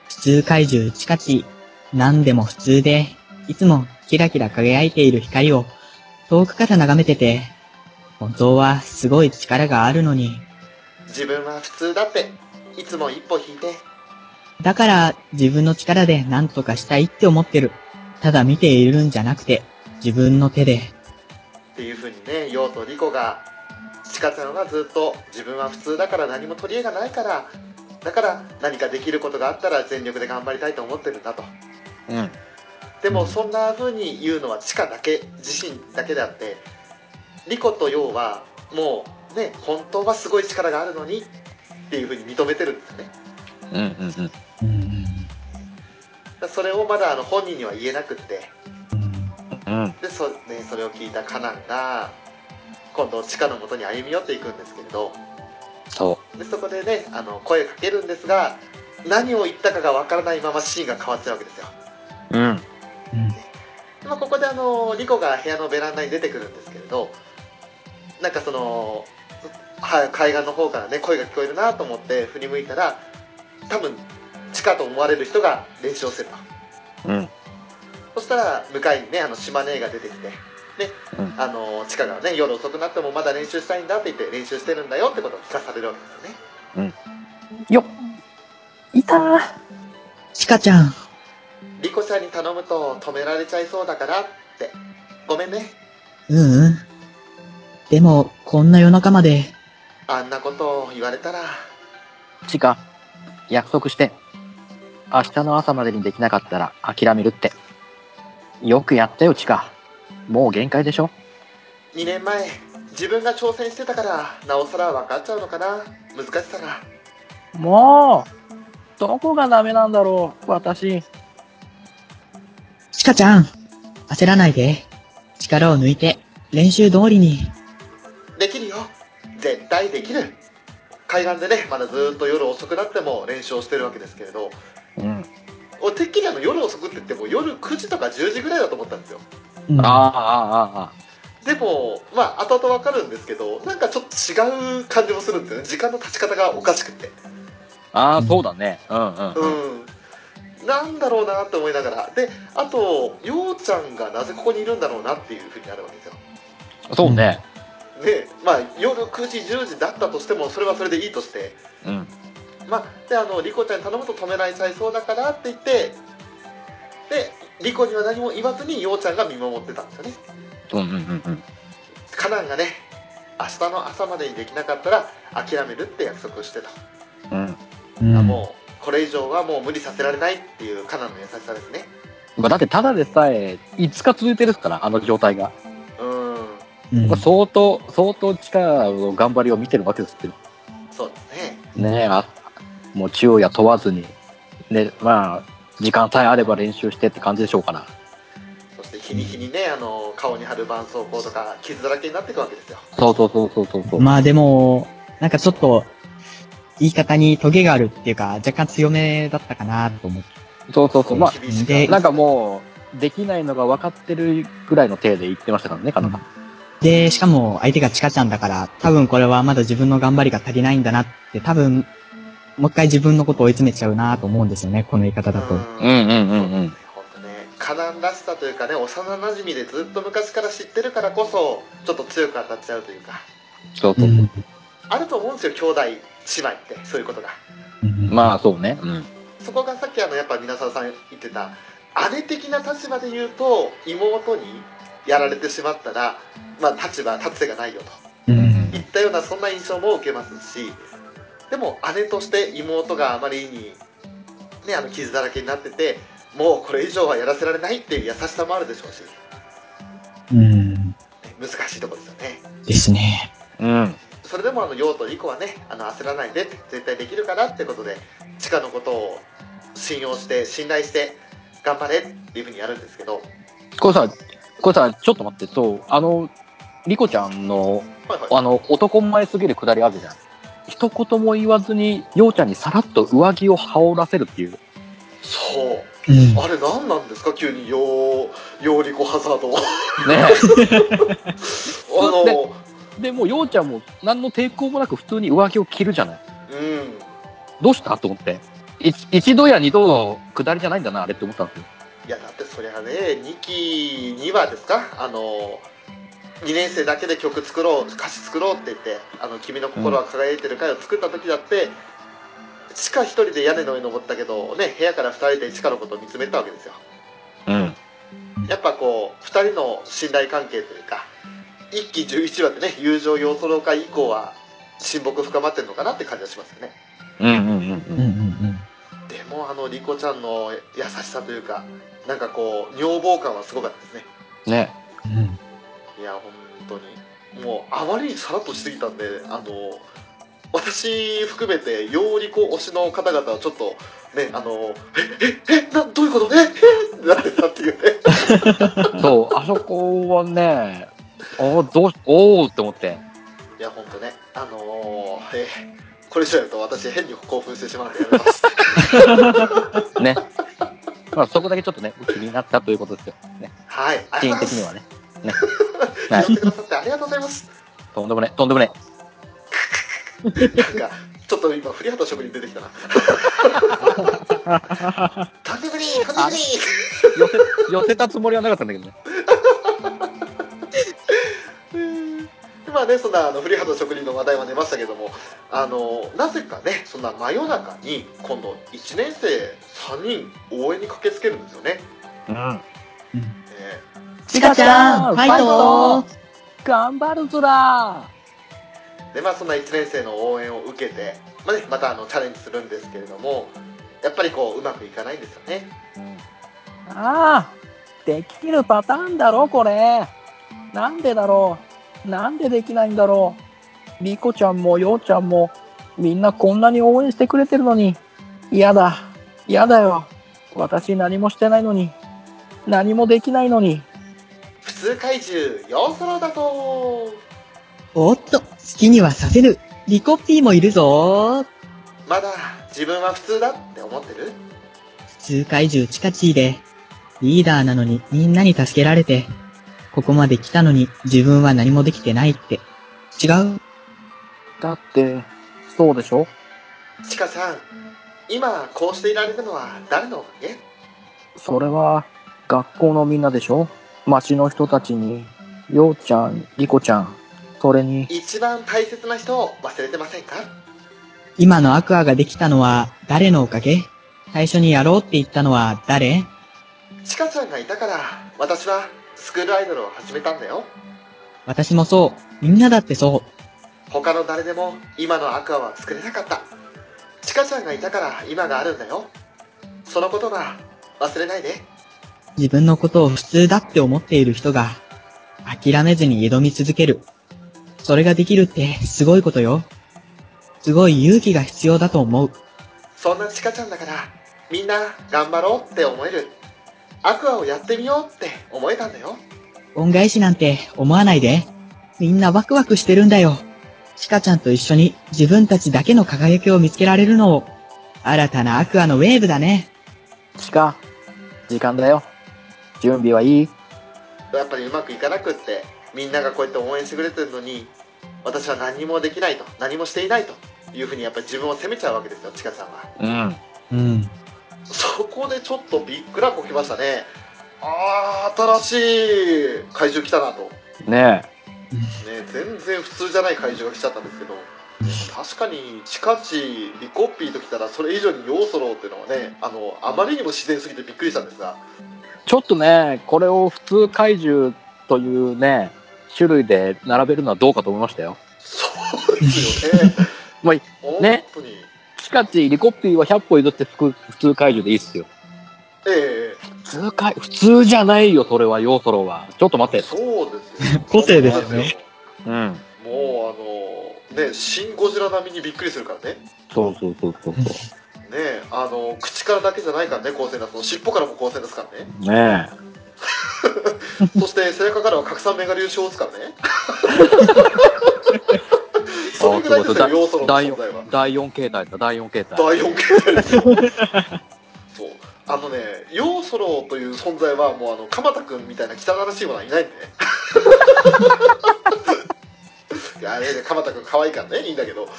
Speaker 4: 普通怪獣チカチ。何でも普通で、いつもキラキラ輝いている光を遠くから眺めてて、本当はすごい力があるのに、
Speaker 2: 自分は普通だっていつも一歩引いて
Speaker 4: だから自分の力で何とかしたいって思ってる。ただ見ているんじゃなくて、自分の手で。
Speaker 2: っていうふうにねヨウとリコがチカちゃんはずっと自分は普通だから何も取り柄がないからだから何かできることがあったら全力で頑張りたいと思ってるんだと
Speaker 6: うん。
Speaker 2: でもそんな風に言うのはチカだけ自身だけであってリコとヨウはもうね本当はすごい力があるのにっていう風に認めてるんですね
Speaker 6: うんうんうん。
Speaker 5: うん。
Speaker 2: だからそれをまだあの本人には言えなくって
Speaker 6: うん。
Speaker 2: でそ,、ね、それを聞いたカナンが今度チカのもとに歩み寄っていくんですけれど
Speaker 6: そ
Speaker 2: でそこでねあの声かけるんですが何を言ったかがわからないままシーンが変わっちゃうわけですよ
Speaker 6: う。うん。
Speaker 2: でまあここであのリコが部屋のベランダに出てくるんですけれどなんかそのは海岸の方からね声が聞こえるなと思って振り向いたら多分地下と思われる人が練習をしてた
Speaker 6: うん。
Speaker 2: そしたら向かいにねあの島根が出てきてね、
Speaker 6: うん
Speaker 2: あの地下がね夜遅くなってもまだ練習したいんだって言って練習してるんだよってことを聞かされるわけですよね
Speaker 6: よっいたー
Speaker 4: チカちゃん、
Speaker 2: リコちゃんに頼むと止められちゃいそうだからってごめんね
Speaker 4: うんうん。でも、こんな夜中まで、
Speaker 2: あんなことを言われたら
Speaker 6: チカ、約束して。明日の朝までにできなかったら諦めるって。よくやったよ、チカ。もう限界でしょ
Speaker 2: 2年前自分が挑戦してたからなおさら分かっちゃうのかな難しさが
Speaker 6: もうどこがダメなんだろう、私。
Speaker 4: チカちゃん、焦らないで。力を抜いて、練習通りに。
Speaker 2: できるよ絶対できる海岸でねまだずーっと夜遅くなっても練習をしてるわけですけれど
Speaker 6: うん。
Speaker 2: 俺てっきりあの夜遅くって言っても夜9時とか10時ぐらいだと思ったんですよ
Speaker 4: うん
Speaker 6: ああ、ああ、あ
Speaker 2: でもまあ後々分かるんですけどなんかちょっと違う感じもするんですよね時間の経ち方がおかしくて
Speaker 6: あ。ああ、そうだね。うんうん。
Speaker 2: うんなんだろうなって思いながらであとようちゃんがなぜここにいるんだろうなっていうふうになるわけですよ
Speaker 6: そうね。
Speaker 2: でまあ夜9時10時だったとしてもそれはそれでいいとして
Speaker 6: うん。
Speaker 2: まあであのリコちゃんに頼むと止められちゃいそうだからって言ってでリコには何も言わずにようちゃんが見守ってたんですよね
Speaker 6: うんうんうんうん。
Speaker 2: カナンがね明日の朝までにできなかったら諦めるって約束をしてた、
Speaker 6: うん。
Speaker 5: うん。
Speaker 2: もうこれ以上はもう無理させられないっていうカナンの優しさですね
Speaker 6: まあ、だってただでさえ5日続いてるっすから、あの状態が。
Speaker 2: うん
Speaker 4: うん
Speaker 6: これ相当、相当力の頑張りを見てるわけですけど。
Speaker 2: そうですね
Speaker 6: ねえ、あもう中央や問わずに、ね、まあ、時間さえあれば練習してって感じでしょうから。
Speaker 2: そして日に日にねあの顔に貼る絆創膏とか傷だらけになっていくわけですよ
Speaker 6: そうそうそうそうそうそう。
Speaker 4: まあでも、なんかちょっと、言い方にトゲがあるっていうか、若干強めだったかなと思って。
Speaker 6: そうそうそう。まあ、
Speaker 2: 厳しく
Speaker 4: で
Speaker 6: なんかもう、できないのが分かってるぐらいの体で言ってましたからね、彼女。
Speaker 4: で、しかも相手がチカちゃんだから、多分これはまだ自分の頑張りが足りないんだなって、多分、もう一回自分のことを追い詰めちゃうなと思うんですよね、この言い方だと。
Speaker 6: うんうんうんうん
Speaker 2: 本当ね、カカナンらしさというかね幼なじみでずっと昔から知ってるからこそちょっと強く当たっちゃうというか
Speaker 6: そう
Speaker 4: う
Speaker 6: そう。
Speaker 4: ん。
Speaker 2: あると思うんですよ兄弟姉妹ってそういうことが
Speaker 4: うん
Speaker 6: まあそうね。うん。
Speaker 2: そこがさっきあのやっぱ皆沢さん言ってた姉的な立場で言うと妹にやられてしまったら、まあ、立場立つ瀬がないよと
Speaker 4: う
Speaker 6: うんん
Speaker 2: いったようなそんな印象も受けますしでも姉として妹があまりに、ね、あの傷だらけになっててもうこれ以上はやらせられないっていう優しさもあるでしょうし、ね
Speaker 4: うん。
Speaker 2: 難しいところですよね
Speaker 4: ですね。
Speaker 6: うん。
Speaker 2: それでもあの陽とリコはねあの焦らないでって絶対できるからってことでチカのことを信用して信頼して頑張れっていうふうにやるんですけど、
Speaker 6: これさ、これさ、ちょっと待って、そう、あの、リコちゃん
Speaker 2: はい
Speaker 6: の、
Speaker 2: はい
Speaker 6: あの、男前すぎるくだりあるじゃん。一言も言わずに、ようちゃんにさらっと上着を羽織らせる っていう。
Speaker 2: そう
Speaker 4: うん。
Speaker 2: あれ何なんですか急に陽陽リコハザー ドあ
Speaker 6: ね
Speaker 2: の
Speaker 6: でも、ようちゃんも何の抵抗もなく普通に上着を着るじゃない。
Speaker 2: うん
Speaker 6: どうしたと思って。一一度や二度のくだりじゃないんだな、あれって思ったんですよ。
Speaker 2: いやだってそりゃね2期にはですかあの2年生だけで曲作ろう歌詞作ろうって言って「あの君の心は輝いてる会」を作った時だって、地下1人で屋根の上に登ったけど、ね、部屋から2人で地下のことを見つめてたわけですよ
Speaker 6: うん。
Speaker 2: やっぱこう2人の信頼関係というか1期11話でね友情要素老会以降は親睦深まってるのかなって感じがしますよね
Speaker 6: うんうんうんう
Speaker 4: うんんうんうん。
Speaker 2: でもあのリコちゃんの優しさというかなんかこう女房感はすごかったですね
Speaker 6: ね。
Speaker 4: うん
Speaker 2: いや本当にもうあまりにさらっとしすぎたんであの私含めて陽リコ推しの方々はちょっとねあのえええなどういうことええってなってたっていうね
Speaker 6: そう、あそこはね、おお、どうし、おおって思って。
Speaker 2: いや本当ねあのーえこれ以上やると私変に興奮してしまうんでやめ ます
Speaker 6: ね。まあ、そこだけちょっとね、気になったということですよ。ね。
Speaker 2: はいあ
Speaker 6: 個
Speaker 2: り
Speaker 6: 人
Speaker 2: がとうご
Speaker 6: 的
Speaker 2: ざいます
Speaker 6: にはね。ね。は
Speaker 2: 拾っ
Speaker 6: い。
Speaker 2: てくださってありがとうございます
Speaker 6: とんでもね、とんでもね。
Speaker 2: なんかちょっと今振り旗職人出てきた なとんでもねえとんでもねえ
Speaker 6: 寄せ、寄せたつもりはなかったんだけどね。
Speaker 2: まあね、そんなあの古畑職人の話題は出ましたけどもあのなぜかねそんな真夜中に今度1年生3人応援に駆けつけるんですよね。
Speaker 6: うん。
Speaker 2: ね
Speaker 4: ちかちゃん、ファイト
Speaker 6: 頑張るぞら
Speaker 2: でまあそんな1年生の応援を受けて、まあね、またあのチャレンジするんですけれどもやっぱりこううまくいかないんですよね。
Speaker 6: ああ、できるパターンだろ、これ。なんでだろう。なんでできないんだろう。リコちゃんもヨウちゃんも、みんなこんなに応援してくれてるのに。嫌だ。嫌だよ。私何もしてないのに。何もできないのに。
Speaker 2: 普通怪獣要ソロだと
Speaker 4: おっと、好きにはさせる。リコピーもいるぞ
Speaker 2: まだ自分は普通だって思ってる
Speaker 4: 普通怪獣チカチーで、リーダーなのにみんなに助けられて、ここまで来たのに自分は何もできてないって。違う
Speaker 6: だって、そうでしょ
Speaker 2: ちかさん今こうしていられるのは誰のおかげ
Speaker 6: それは学校のみんなでしょ町の人たちに、ようちゃん、リコちゃん、それに、
Speaker 2: 一番大切な人を忘れてませんか
Speaker 4: 今のアクアができたのは誰のおかげ最初にやろうって言ったのは誰
Speaker 2: チカちゃんがいたから私はスクールアイドルを始めたんだよ
Speaker 4: 私もそう。みんなだってそ
Speaker 2: 他の誰でも今のアクアは作れなかったチカちゃんがいたから今があるんだよそのことが忘れないで
Speaker 4: う。自分のことを普通だって思っている人が、諦めずに挑み続ける。それができるってすごいことよ。すごい勇気が必要だと思う。
Speaker 2: そんなチカちゃんだからみんな頑張ろうって思えるアクアをやってみようって思えたんだよ
Speaker 4: 恩返しなんて思わないで。みんなワクワクしてるんだよ。チカちゃんと一緒に自分たちだけの輝きを見つけられるのを、新たなアクアのウェーブだね。
Speaker 6: 地下、時間だよ。準備はいい
Speaker 2: やっぱりうまくいかなくってみんながこうやって応援してくれてるのに私は何もできないと何もしていないというふうにやっぱり自分を責めちゃうわけですよチカちゃんは
Speaker 6: うん。
Speaker 4: うん。
Speaker 2: そこでちょっとびっくらこきましたね。ああ、新しい怪獣来たなと。ね、
Speaker 6: ね
Speaker 2: 全然普通じゃない怪獣が来ちゃったんですけど。確かに、チカチ、リコッピーと来たら、それ以上にヨウソロウっていうのはね、あの、あまりにも自然すぎてびっくりしたんです が、
Speaker 6: えちょっとねこれを普通怪獣というね種類で並べるのはどうかと思いましたよ
Speaker 2: そうですよね。
Speaker 6: まあいね
Speaker 2: 本当に。
Speaker 6: しかしリコッピーは100歩譲ってふく普通怪獣でいいっすよ
Speaker 2: え
Speaker 6: 普通怪普通じゃないよそれはヨーソロはちょっと待
Speaker 2: え
Speaker 6: って
Speaker 2: そうですよ。
Speaker 4: 個性ですよね。
Speaker 6: うん
Speaker 2: もう、あの、ね、シン・ゴジラ並みにびっくりするからね。
Speaker 6: そうそうそうそうそ
Speaker 2: ねあの口からだけじゃないからね光線だと尻尾からも光線ですからね
Speaker 6: うねえ
Speaker 2: そして背中からは拡散メガ粒子を打つから ねそれぐらいですよ
Speaker 6: だ
Speaker 2: 要素の
Speaker 6: 第
Speaker 2: 存
Speaker 6: 四
Speaker 2: 在は
Speaker 6: 第4形態だ第4形態
Speaker 2: 第4形態ですよそうあのね要素ロという存在はもうあの鎌田君みたいな汚らしいものはい ないんでねいやあれね鎌田君可愛いからねいいんだけどね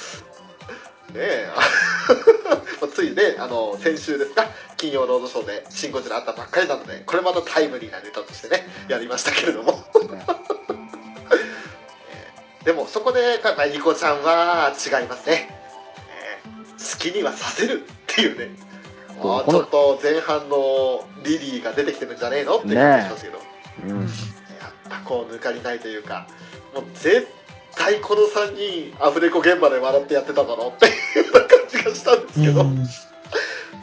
Speaker 2: えまあついねあの先週ですか金曜ロードショーで「シン・ゴジラ」あったばっかりなのでこれまたタイムリーなネタとしてねやりましたけれども えーでもそこでまあニコちゃんは違いますねえー好きにはさせるっていうねもうちょっと前半のリリーが出てきてるんじゃねえのっていう感じしますけど、
Speaker 6: うん
Speaker 2: やっぱこう抜かりないというかもう絶対この3人アフレコ現場で笑ってやってただろうっていう感じがしたんですけど、
Speaker 4: うん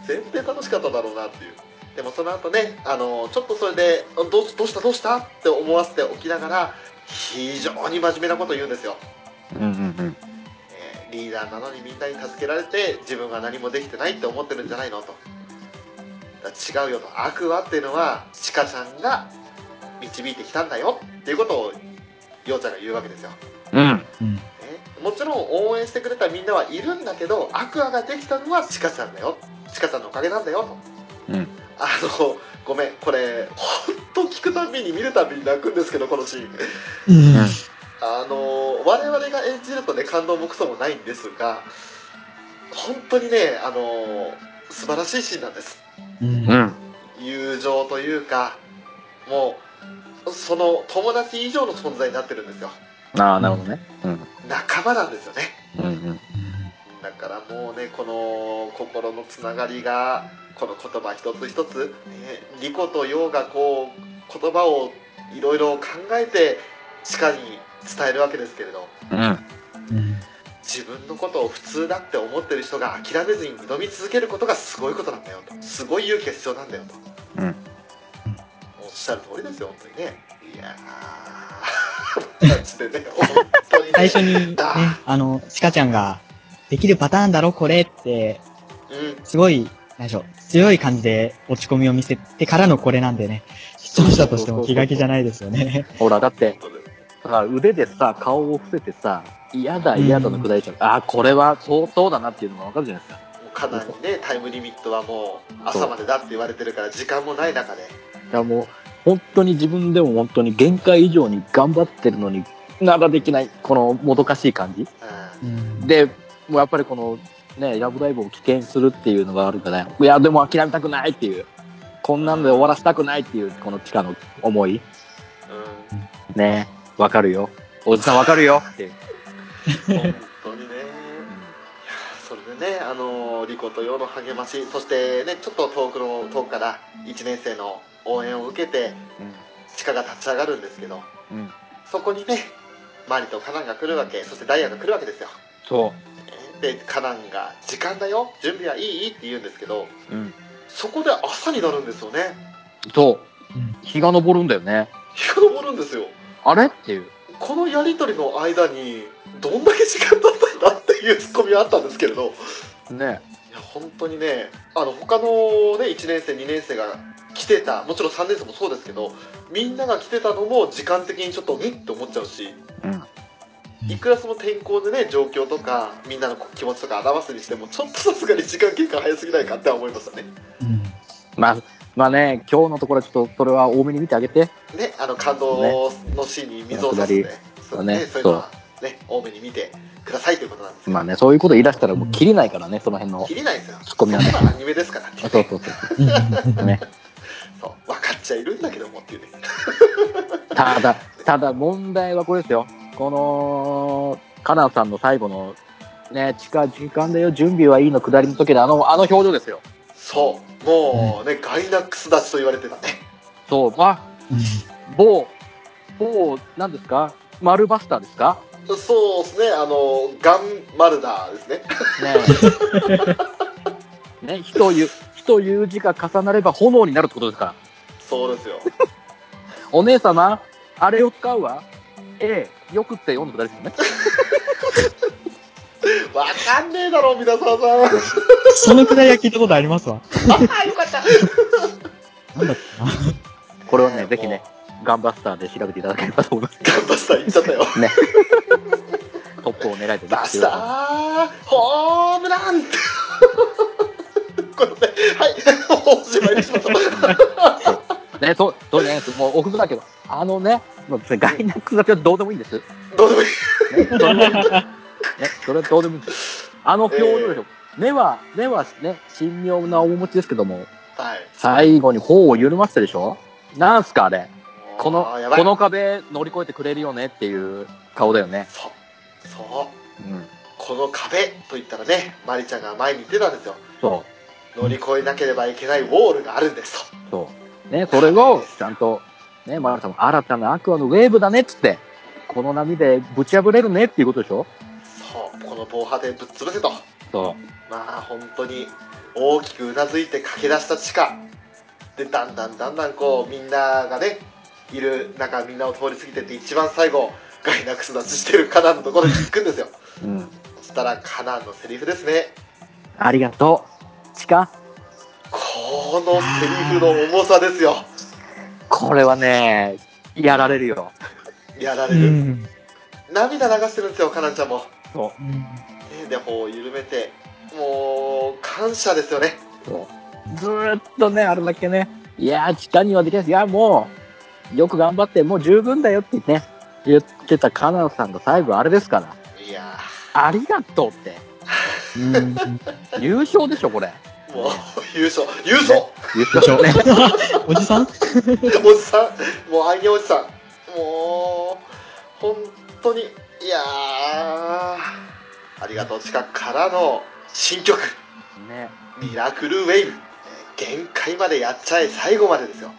Speaker 2: 全然楽しかっただろうなっていうでもその後ねあのちょっとそれであどうどうしたどうしたって思わせておきながら非常に真面目なこと言うんですよ、
Speaker 6: うんうんうん
Speaker 2: えーリーダーなのにみんなに助けられて自分は何もできてないって思ってるんじゃないのとだから違うよとアクアっていうのはチカちゃんが導いてきたんだよっていうことをようちゃんが言うわけですよ
Speaker 6: うん
Speaker 2: ねもちろん応援してくれたみんなはいるんだけどアクアができたのはチカちゃんだよチカちゃんのおかげなんだよと、
Speaker 6: うん
Speaker 2: あのごめんこれ本当聞くたびに見るたびに泣くんですけどこのシーン
Speaker 4: うん
Speaker 6: うん
Speaker 2: あの我々が演じるとね感動もクソもないんですが本当にねあの素晴らしいシーンなんです
Speaker 4: うん
Speaker 6: うん
Speaker 2: 友情というかもうその友達以上の存在になってるんですよ
Speaker 6: ああなるほどねうん
Speaker 2: 仲間なんですよね
Speaker 6: うんうん
Speaker 2: だからもうねこの心のつながりがこの言葉一つ一つ、ね、リコとヨウがこう言葉をいろいろ考えて地下に伝えるわけですけれど
Speaker 6: うん
Speaker 2: 自分のことを普通だって思ってる人が諦めずに挑み続けることがすごいことなんだよとすごい勇気が必要なんだよと、
Speaker 6: うん
Speaker 2: おっしゃる通りですよ本当にねいやーマジでね本当にね
Speaker 4: 最初にね
Speaker 2: だ、
Speaker 4: あの、チカちゃんが、できるパターンだろ、これって、
Speaker 2: うん
Speaker 4: すごい、何でしょう、強い感じで落ち込みを見せてからのこれなんでね、視聴者としても気が気じゃないですよね。
Speaker 6: ほらだって
Speaker 2: 本当です
Speaker 6: あ腕でさ顔を伏せてさ嫌だ嫌だのくだりちゃう、ああこれは相当だなっていうのがわかるじゃないですか
Speaker 2: もうかなりねタイムリミットはもう朝までだって言われてるから時間もない中で
Speaker 6: いやもう本当に自分でも本当に限界以上に頑張ってるのにならできないこのもどかしい感じ
Speaker 2: う
Speaker 4: うん
Speaker 6: でもうやっぱりこのねラブライブを棄権するっていうのがあるからいやでも諦めたくないっていうこんなんで終わらせたくないっていうこの地下の思い
Speaker 2: ん、
Speaker 6: ねわかるよおじさんわかるよっていう、
Speaker 2: 本当にねそれでねあのリコとヨウの励ましそしてねちょっと遠くの遠くから1年生の応援を受けて地下が立ち上がるんですけど
Speaker 6: うんうん、
Speaker 2: そこにねマリとカナンが来るわけそしてダイヤが来るわけですよ
Speaker 6: そ
Speaker 2: でカナンが「時間だよ準備はいい?」って言うんですけど
Speaker 6: う、うん、
Speaker 2: そこで朝になるんですよね
Speaker 6: そう、
Speaker 4: うん
Speaker 6: 日が昇るんだよね
Speaker 2: 日が昇るんですよ
Speaker 6: あれっていう
Speaker 2: このやり取りの間にどんだけ時間経ったんだっていうツッコミはあったんですけれどい
Speaker 6: ね
Speaker 2: や本当にねあの他の、ね、1年生2年生が来てたもちろん3年生もそうですけどみんなが来てたのも時間的にちょっとうんって思っちゃうし、
Speaker 6: うん
Speaker 2: いくらその天候でね状況とかみんなの気持ちとか表すにしてもちょっとさすがに時間経過早すぎないかって思いましたね。
Speaker 6: まあまあね今日のところはちょっとそれは多めに見てあげて
Speaker 2: ね、あの感動のシーンに水を差して、
Speaker 6: ね
Speaker 2: そう
Speaker 6: ね
Speaker 2: ね、そういうのは、ね、多めに見てくださいということなんですけど、
Speaker 6: まあねそういうこと言い出したらもう切りないからねその辺の
Speaker 2: 切りないですよ。
Speaker 6: ツッコミなんで
Speaker 2: そんなのアニメですからってい
Speaker 6: そううそう
Speaker 2: ね
Speaker 6: そう
Speaker 4: うん
Speaker 6: ね
Speaker 2: そう分かっちちゃいるんだけどもっていうね
Speaker 6: ただ、ただ問題はこれですよ。この、カナさんの最後の、ね、近い時間だよ、準備はいいの下りの時のあの、あの表情ですよ。
Speaker 2: そうもうね、ガイナックス立ちと言われてたね
Speaker 6: そう、あ、
Speaker 4: うん
Speaker 6: 某、某、なんですか丸バスターですか
Speaker 2: そうですねあのガンマルダーですね
Speaker 6: ね え。ね、火という、火という字が重なれば炎になるってことですから。
Speaker 2: そうですよ
Speaker 6: お姉様、あれを使うわ。ええ、よくって読んでくださいですよね。
Speaker 2: わかんねえだろ皆沢さんあ
Speaker 4: そのくだりは聞いたことありますわ。
Speaker 2: ーよかった
Speaker 4: なんだったか
Speaker 6: これはね、
Speaker 2: もう
Speaker 6: ぜひね、ガンバスターで調べていただければと思います。
Speaker 2: ガンバスター言っちゃった よ
Speaker 6: ね。トップを狙えて
Speaker 2: バスターホームラン これねはいおしまいに しましょう
Speaker 6: ね、そう、そうね、もうおふざだけど、あのね、もうガイナックスだけはどうでもいいんです。ね、
Speaker 2: どうでもいい
Speaker 6: それは、ね、それはどうでもいいんです。あの表情でしょ。目は、目はね、神妙な面持ちですけども、
Speaker 2: はい
Speaker 6: 最後に頬を緩ませたでしょなんすかあれ。この
Speaker 2: あーや、ばい
Speaker 6: この壁乗り越えてくれるよねっていう顔だよね。
Speaker 2: そうそう
Speaker 6: うん。
Speaker 2: この壁といったらねマリちゃんが前に言ってたんですよ
Speaker 6: そう。
Speaker 2: 乗り越えなければいけないウォールがあるんですと
Speaker 6: そう。ね、それを、ちゃんと、ね、マラさんも新たなアクアのウェーブだねっつって、この波でぶち破れるねっていうことでしょ
Speaker 2: そうこの防波堤ぶっ潰せと
Speaker 6: そ
Speaker 2: まあ本当に大きくうなずいて駆け出した地下でだんだんだんだんこうみんながねいる中みんなを通り過ぎてって一番最後ガイナックス立ちしてるカナンのところに行くんですよ
Speaker 6: う。うん。
Speaker 2: そしたらカナンのセリフですね
Speaker 6: ありがとう。チカ、
Speaker 2: このセリフの重さですよ
Speaker 6: これはね、やられるよ。
Speaker 2: やら
Speaker 4: な。う
Speaker 2: れる、
Speaker 4: ん。
Speaker 2: 涙流してるんですよカナンちゃんも、
Speaker 4: うん
Speaker 2: ね、で頬を緩めてもう感謝ですよね
Speaker 6: そう。ずーっとね、あれだけね、いやー、チカにはできないです。いや、もう、よく頑張って、もう十分だよってね、言ってたカナンさんが最後あれですから、
Speaker 2: いや
Speaker 6: ありがとうって、
Speaker 4: うん。
Speaker 6: 優勝でしょ、これ。
Speaker 2: ーもう優勝優勝、
Speaker 6: 優勝ね。
Speaker 4: おじさん
Speaker 2: おじさんもう愛犬おじさんもう本当にいやーありがとうチカからの新曲
Speaker 6: ね。
Speaker 2: 「ミラクルウェイブ」限界までやっちゃえ最後までですよ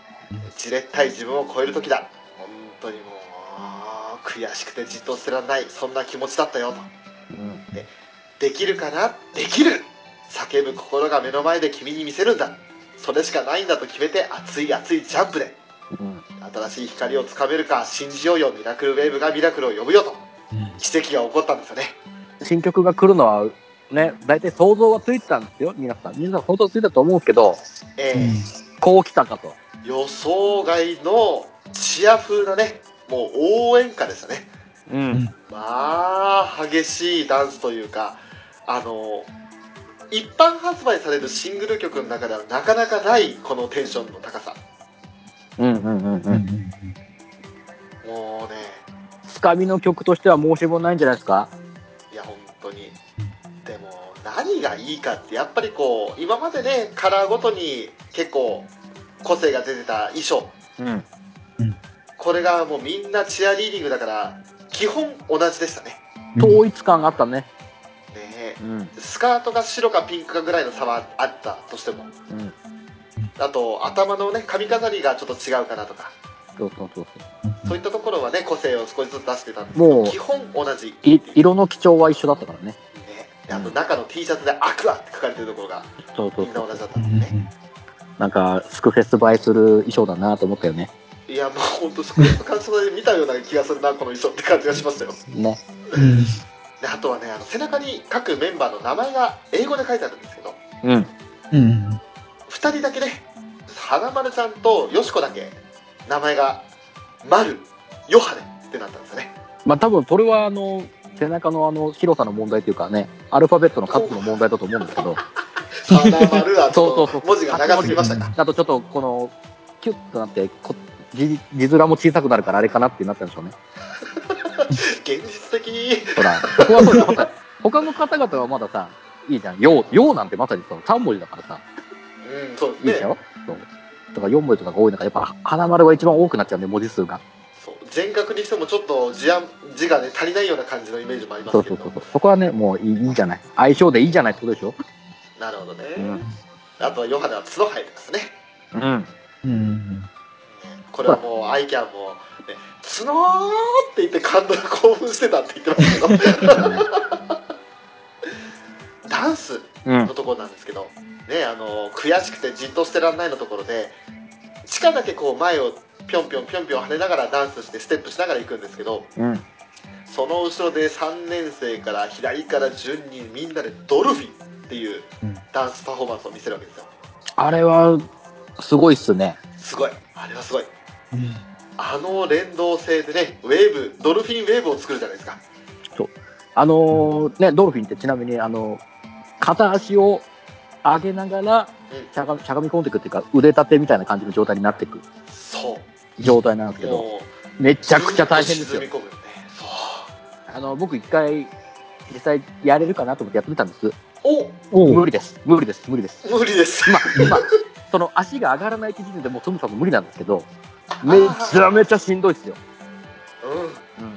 Speaker 2: じれったい自分を超える時だ本当にもう悔しくてじっと捨てられないそんな気持ちだったよと
Speaker 6: うん
Speaker 2: できるかなできる叫ぶ心が目の前で君に見せるんだそれしかないんだと決めて熱い熱いジャンプで
Speaker 6: うん
Speaker 2: 新しい光をつかめるか信じようよミラクルウェーブがミラクルを呼ぶよと
Speaker 5: うん
Speaker 2: 奇跡が起こったんですよね
Speaker 6: 新曲が来るのは、ね、大体想像はついてたんですよ、皆さん。皆さん想像ついたと思うんですけど、
Speaker 2: え
Speaker 4: うん
Speaker 2: ー
Speaker 6: こう来たかと。
Speaker 2: 予想外のチア風なねもう応援歌でしたね
Speaker 6: うん。
Speaker 2: まあ激しいダンスというかあの一般発売されるシングル曲の中ではなかなかないこのテンションの高さ
Speaker 6: うんうんうん
Speaker 5: う
Speaker 6: うん。
Speaker 5: うんん
Speaker 2: もうね
Speaker 6: つかみの曲としては申し分ないんじゃないですか
Speaker 2: いや本当にでも何がいいかってやっぱりこう今までねカラーごとに結構個性が出てた衣装
Speaker 6: うん。
Speaker 2: これがもうみんなチアリーディングだから基本同じでしたね
Speaker 6: 統一感があったね。
Speaker 2: ねえ
Speaker 6: うん。
Speaker 2: スカートが白かピンクかぐらいの差はあったとしても
Speaker 6: うん。
Speaker 2: あと頭のね髪飾りがちょっと違うかなとか
Speaker 6: そうそうそう。
Speaker 2: そういったところはね個性を少しずつ出してたんですけ
Speaker 6: も
Speaker 2: ど
Speaker 6: う
Speaker 2: 基本同じ
Speaker 6: い色の基調は一緒だったからね。
Speaker 2: ねであと中の T シャツで「アクア」って書かれてるところが
Speaker 6: そうそ
Speaker 2: み
Speaker 6: うん
Speaker 2: な
Speaker 6: そ
Speaker 2: 同
Speaker 6: う。
Speaker 2: じだったんですね
Speaker 6: なんか、スクフェス映えする衣装だなと思ったよね。
Speaker 2: いやもう本当そこの感想で見たような気がするなこの衣装って感じがしましたよ
Speaker 6: ね。
Speaker 4: うん
Speaker 2: であとはねあの背中に各メンバーの名前が英語で書いてあるんですけど
Speaker 6: うん。
Speaker 4: うん。
Speaker 2: 2人だけね花丸さんとよしこだけ名前が「丸ヨハネ」ってなったんですよね
Speaker 6: まあ多分それはあの、背中のあの広さの問題というかね、アルファベットの数の問題だと思うんですけど。
Speaker 2: 花丸はち
Speaker 6: そ
Speaker 2: ょ
Speaker 6: う
Speaker 2: っ
Speaker 6: そ
Speaker 2: と
Speaker 6: うそう
Speaker 2: 文字が長すぎましたか
Speaker 6: あとちょっとこのキュッとなってこ字字面も小さくなるからあれかなってなったんでしょうね。
Speaker 2: 現実的
Speaker 6: ほら、そこはそうだよほら他の方々はまださ、いいじゃん。よう、ようなんてまさにその3文字だからさ、
Speaker 2: うんそう
Speaker 6: いい
Speaker 2: で
Speaker 6: ですし
Speaker 2: ね
Speaker 6: ょ、そうとか4文字とかが多い中、やっぱ花丸が一番多くなっちゃうんで、文字数が。
Speaker 2: そう全角にしてもちょっと字案字がね足りないような感じのイメージもありま
Speaker 6: そ
Speaker 2: す
Speaker 6: う
Speaker 2: け
Speaker 6: そ
Speaker 2: ど
Speaker 6: うそうそう。そこはね、もういいいいじゃない。相性でいいじゃないってことでしょ。
Speaker 2: なるほどね、
Speaker 6: うん。
Speaker 2: あとはヨハネは角生えてますね
Speaker 6: うん。
Speaker 4: うん。
Speaker 2: これはもうアイキャンも、ね「角!」って言って感動興奮して たって言ってましたけどダンス
Speaker 6: うん
Speaker 2: の。ところなんですけど、ね、あの悔しくてじっとしてらんないのところで地下だけこう前をぴょんぴょんぴょんぴょん跳ねながらダンスしてステップしながら行くんですけど
Speaker 6: うん。
Speaker 2: その後ろで3年生から左から順にみんなでドルフィンっていう
Speaker 6: うん
Speaker 2: ダンスパフォーマンスを見せるわけですよ
Speaker 6: あれは、すごいっすね。
Speaker 2: すごいあれはすごい
Speaker 4: うん。
Speaker 2: あの連動性でねウェーブドルフィンウェーブを作るじゃないですか
Speaker 6: あのーね、ドルフィンってちなみに、あの片足を上げながら
Speaker 2: うん
Speaker 6: しゃがみ、しゃがみ込んでいくっていうか、腕立てみたいな感じの状態になっていく
Speaker 2: そ
Speaker 6: 状態なんです
Speaker 2: う
Speaker 6: けど、
Speaker 2: もう
Speaker 6: めちゃくちゃ大変ですよ
Speaker 2: 沈。み込むよねそう
Speaker 6: あの、僕一回、実際やれるかなと思ってやってみたんです。
Speaker 5: お
Speaker 6: 無理です。無理です。無理です。
Speaker 2: お無理です
Speaker 6: まあ、今、 その足が上がらないって時点でもうトムさんも無理なんですけど、めちゃめちゃしんどいですよ。
Speaker 2: うん
Speaker 6: うん。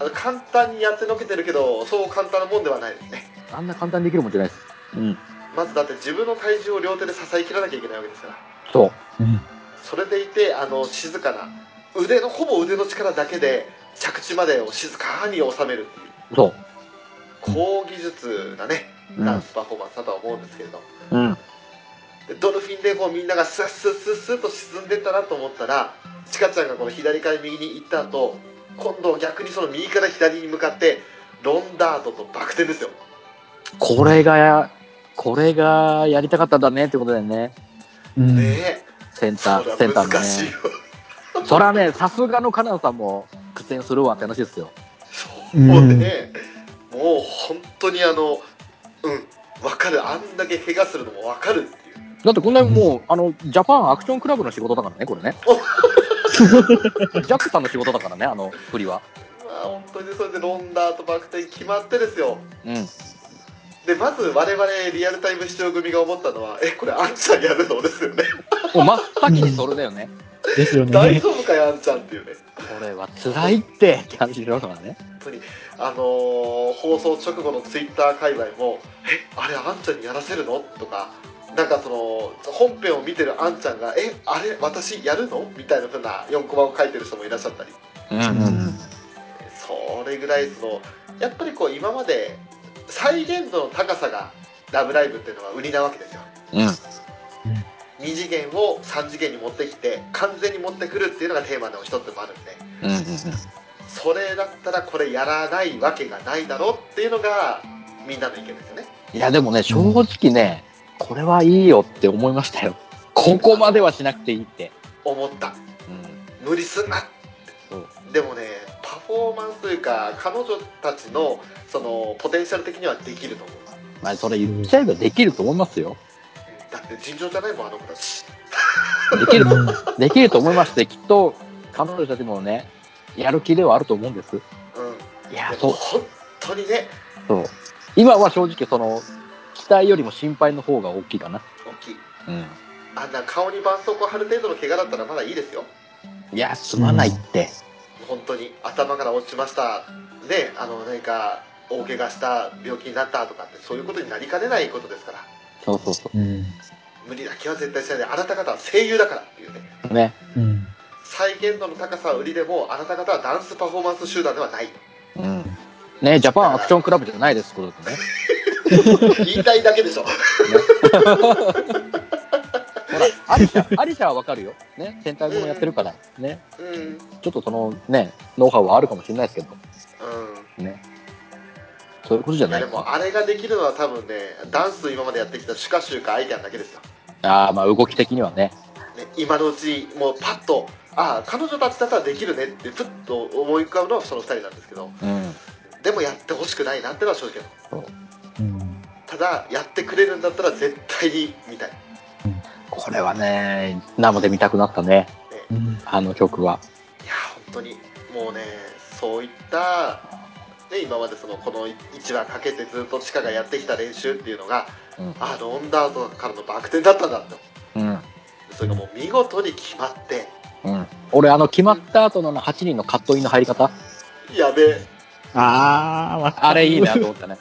Speaker 2: あの簡単にやってのけてるけどそう簡単なもんではないですね
Speaker 6: あんな簡単にできるもんじゃないです。うん。
Speaker 2: まずだって自分の体重を両手で支えきらなきゃいけないわけですから
Speaker 6: そう。
Speaker 2: それでいてあの静かな腕のほぼ腕の力だけで着地までを静かに収めるっていう
Speaker 6: そう。
Speaker 2: 高技術なね
Speaker 6: うん
Speaker 2: ダンスパフォーマンスだとは思うんですけれど、
Speaker 6: うん。
Speaker 2: でドルフィンでこうみんながスッスッスッスッと沈んでったなと思ったらチカちゃんがこの左から右に行った後今度は逆にその右から左に向かってロンダートとバク転ですよ
Speaker 6: これが、これがやりたかったんだねってことだよね。
Speaker 4: うん。
Speaker 2: ねえ
Speaker 6: セン
Speaker 2: そり
Speaker 6: ター、センタ
Speaker 2: ゃ
Speaker 6: ーの
Speaker 2: 難しい
Speaker 6: ね。
Speaker 2: よ、
Speaker 6: そらね、さすがのカナダさんも苦戦するわって話ですよ。
Speaker 2: そうね、もう本当にあのうんわかるあんだけ怪我するのもわかるっていう
Speaker 6: だってこんなもう、あの、ジャパンアクションクラブの仕事だからね、こ れね。ジャックさんの仕事だからね、あの振りは。
Speaker 2: まあ本当にそれでロンダーとバク転決まってですよ
Speaker 6: うん。
Speaker 2: でまず我々リアルタイム視聴組が思ったのはえこれあんちゃんやるのですよね
Speaker 6: もう真っ先にそれだよね。
Speaker 4: ですよ
Speaker 2: 大
Speaker 4: ね。
Speaker 2: 丈夫かよあんちゃんっていうね
Speaker 6: これは辛いって感じるのがね。
Speaker 2: あのー放送直後のツイッター界隈も「えあれあんちゃんにやらせるの?」とかなんかその本編を見てるあんちゃんが「えあれ私やるの?」みたいなふうな4コマを書いてる人もいらっしゃったり
Speaker 6: うん
Speaker 2: それぐらいそのやっぱりこう今まで再現度の高さが「ラブライブ!」っていうのが売りなわけですよ。
Speaker 6: うん。
Speaker 2: 2次元を3次元に持ってきて完全に持ってくるっていうのがテーマの一つもあるんで
Speaker 6: うん。
Speaker 2: それだったらこれやらないわけがないだろうっていうのがみんなの意見ですよね。
Speaker 6: いや、でもね、正直ね、これはいいよって思いましたよ。ここまではしなくていいって。
Speaker 2: 思った
Speaker 6: うん。
Speaker 2: 無理すんな
Speaker 6: そう。
Speaker 2: でもねパフォーマンスというか彼女たちのそのポテンシャル的にはできると思う
Speaker 6: まあ、それ言っちゃえばできると思いますよ。
Speaker 2: だって尋常じゃないもんあの子たち
Speaker 6: できる、できると思いまして、きっと彼女たちもね、やる気ではあると思うんです。
Speaker 2: うん
Speaker 6: いや、
Speaker 2: で
Speaker 6: そ
Speaker 2: も
Speaker 6: う、
Speaker 2: 本当にね
Speaker 6: そう。今は正直、その、期待よりも心配の方が大きいかな。
Speaker 2: 大きい
Speaker 6: うん。
Speaker 2: あんな顔に絆創膏貼る程度の怪我だったらまだいいですよ
Speaker 6: いや、すまないって。
Speaker 2: 本当に頭から落ちましたねあの何か大怪我した病気になったとかってそういうことになりかねないことですから
Speaker 6: そうそうそ
Speaker 4: うん。
Speaker 2: 無理だけは絶対しないであなた方は声優だからっていうね
Speaker 6: う。ね。
Speaker 4: うん。
Speaker 2: 再現度の高さは売りでもあなた方はダンスパフォーマンス集団ではない
Speaker 6: うん。ね、ジャパンアクションクラブじゃないです、ことですね。
Speaker 2: 言いたいだけ でしょ
Speaker 6: ほら、アリシャ、アリシャはわかるよ。ね、センターもやってるから、ね、
Speaker 2: うんうん
Speaker 6: ちょっとそのね、ノウハウはあるかもしれないですけど、ね。そういうことじゃ
Speaker 2: い
Speaker 6: な
Speaker 2: や
Speaker 6: い
Speaker 2: で
Speaker 6: か
Speaker 2: もあれができるのは多分ねダンス今までやってきたシュカシュカアイキャンだけですよ、
Speaker 6: ああ、まあ動き的にはね。
Speaker 2: ね、今のうちもうパッとああ彼女たちだったらできるねってプッと思い浮かぶのはその2人なんですけど
Speaker 6: うん。
Speaker 2: でもやってほしくないなってのは正直なの
Speaker 4: うん。
Speaker 2: ただやってくれるんだったら絶対にみたい
Speaker 6: これはね、生で見たくなったね、
Speaker 4: うん。
Speaker 6: あの曲は。
Speaker 2: いやー本当にもうねそういった、ね、今までそのこの1話かけてずっと地下がやってきた練習っていうのが、
Speaker 6: うん
Speaker 2: あのオンダートからのバク転だったんだと
Speaker 6: うん。
Speaker 2: それがもう見事に決まって、
Speaker 6: うん。俺、あの、決まった後の8人のカットインの入り方、
Speaker 2: やべえ、
Speaker 4: あー、わかる。
Speaker 6: あれい いなと思ったね。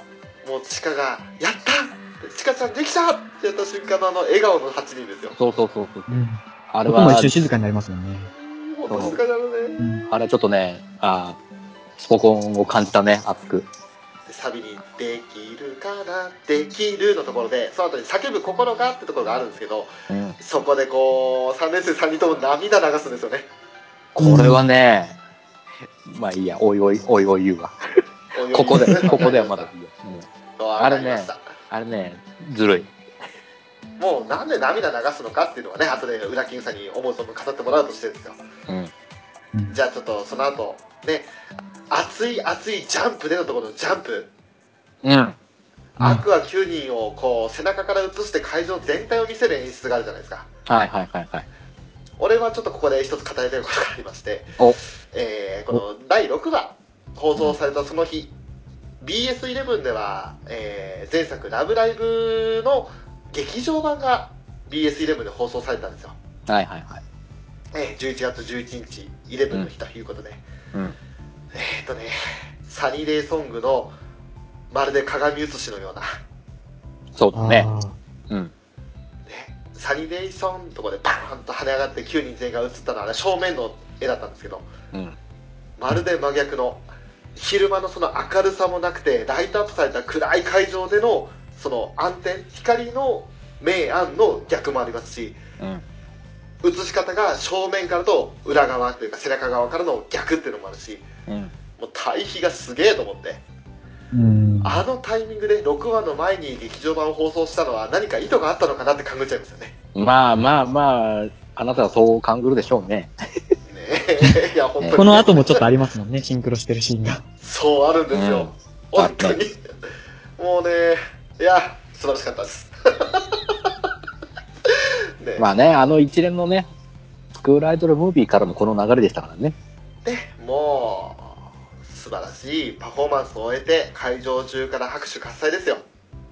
Speaker 2: もうチカが、やったチカちゃんできたってやった瞬間のあの笑顔の8人ですよ。
Speaker 6: そうそうそうそう。
Speaker 5: うん。
Speaker 6: あれ
Speaker 4: 僕も
Speaker 6: は
Speaker 4: 一、瞬静かになりますよね。
Speaker 2: もうさすがだろね。
Speaker 4: うん。
Speaker 6: あれちょっとね、あースポコンを感じたね、熱く。
Speaker 2: でサビに、できるかな、できるのところで、その後に叫ぶ心がってところがあるんですけど、
Speaker 6: うん。
Speaker 2: そこでこう、3年生3人とも涙流すんですよね。
Speaker 6: これはね、まあいいや、おいおい、おいおい言うわ。ここで、 ここではまだ。いいよ。うん
Speaker 2: あれね。
Speaker 6: あれね、ずるい。
Speaker 2: もうなんで涙流すのかっていうのはね、後で裏金さんに思う存分語ってもらうとしてですよ。
Speaker 6: うん。
Speaker 5: うん
Speaker 2: じゃあちょっとその後、ね、熱い熱いジャンプでのところのジャンプ、
Speaker 6: うん。
Speaker 2: アクア9人をこう背中から映して会場全体を見せる演出があるじゃないですか。
Speaker 6: はいはいはいはい。
Speaker 2: 俺はちょっとここで一つ語りたいことがありまして
Speaker 6: お、
Speaker 2: えーこの第6話放送されたその日、BS11 では、えー前作「ラブライブ!」の劇場版が BS11 で放送されたんですよ、
Speaker 6: はいはいはい。
Speaker 2: えー11月11日11の日ということで、
Speaker 6: うん。
Speaker 2: えーっとねサニーデイソングのまるで鏡写しのような、
Speaker 6: そうだね。
Speaker 4: あー
Speaker 6: うん。
Speaker 2: ね、サニーデイソンのとこでバーンと跳ね上がって9人全員が写ったのはあれ正面の絵だったんですけど
Speaker 6: うん。
Speaker 2: まるで真逆の昼間のその明るさもなくてライトアップされた暗い会場でのその暗転光の明暗の逆もありますし
Speaker 6: うん。
Speaker 2: 映し方が正面からと裏側というか背中側からの逆っていうのもあるし
Speaker 6: うん。
Speaker 2: もう対比がすげえと思って
Speaker 5: うん。
Speaker 2: あのタイミングで6話の前に劇場版を放送したのは何か意図があったのかなって考えちゃいますよね。
Speaker 6: まあまあまあ、あなたはそう勘ぐるでしょうね。
Speaker 2: ねえいや本当に、
Speaker 4: この後もちょっとありますもんね、シンクロしてるシーンが。
Speaker 2: そうあるんですよ、
Speaker 6: うん
Speaker 2: 本当にもうねいや素晴らしかったですね
Speaker 6: まあね、あの一連のね、スクールアイドルムービーからのこの流れでしたからね。
Speaker 2: もう素晴らしいパフォーマンスを終えて会場中から拍手喝采ですよ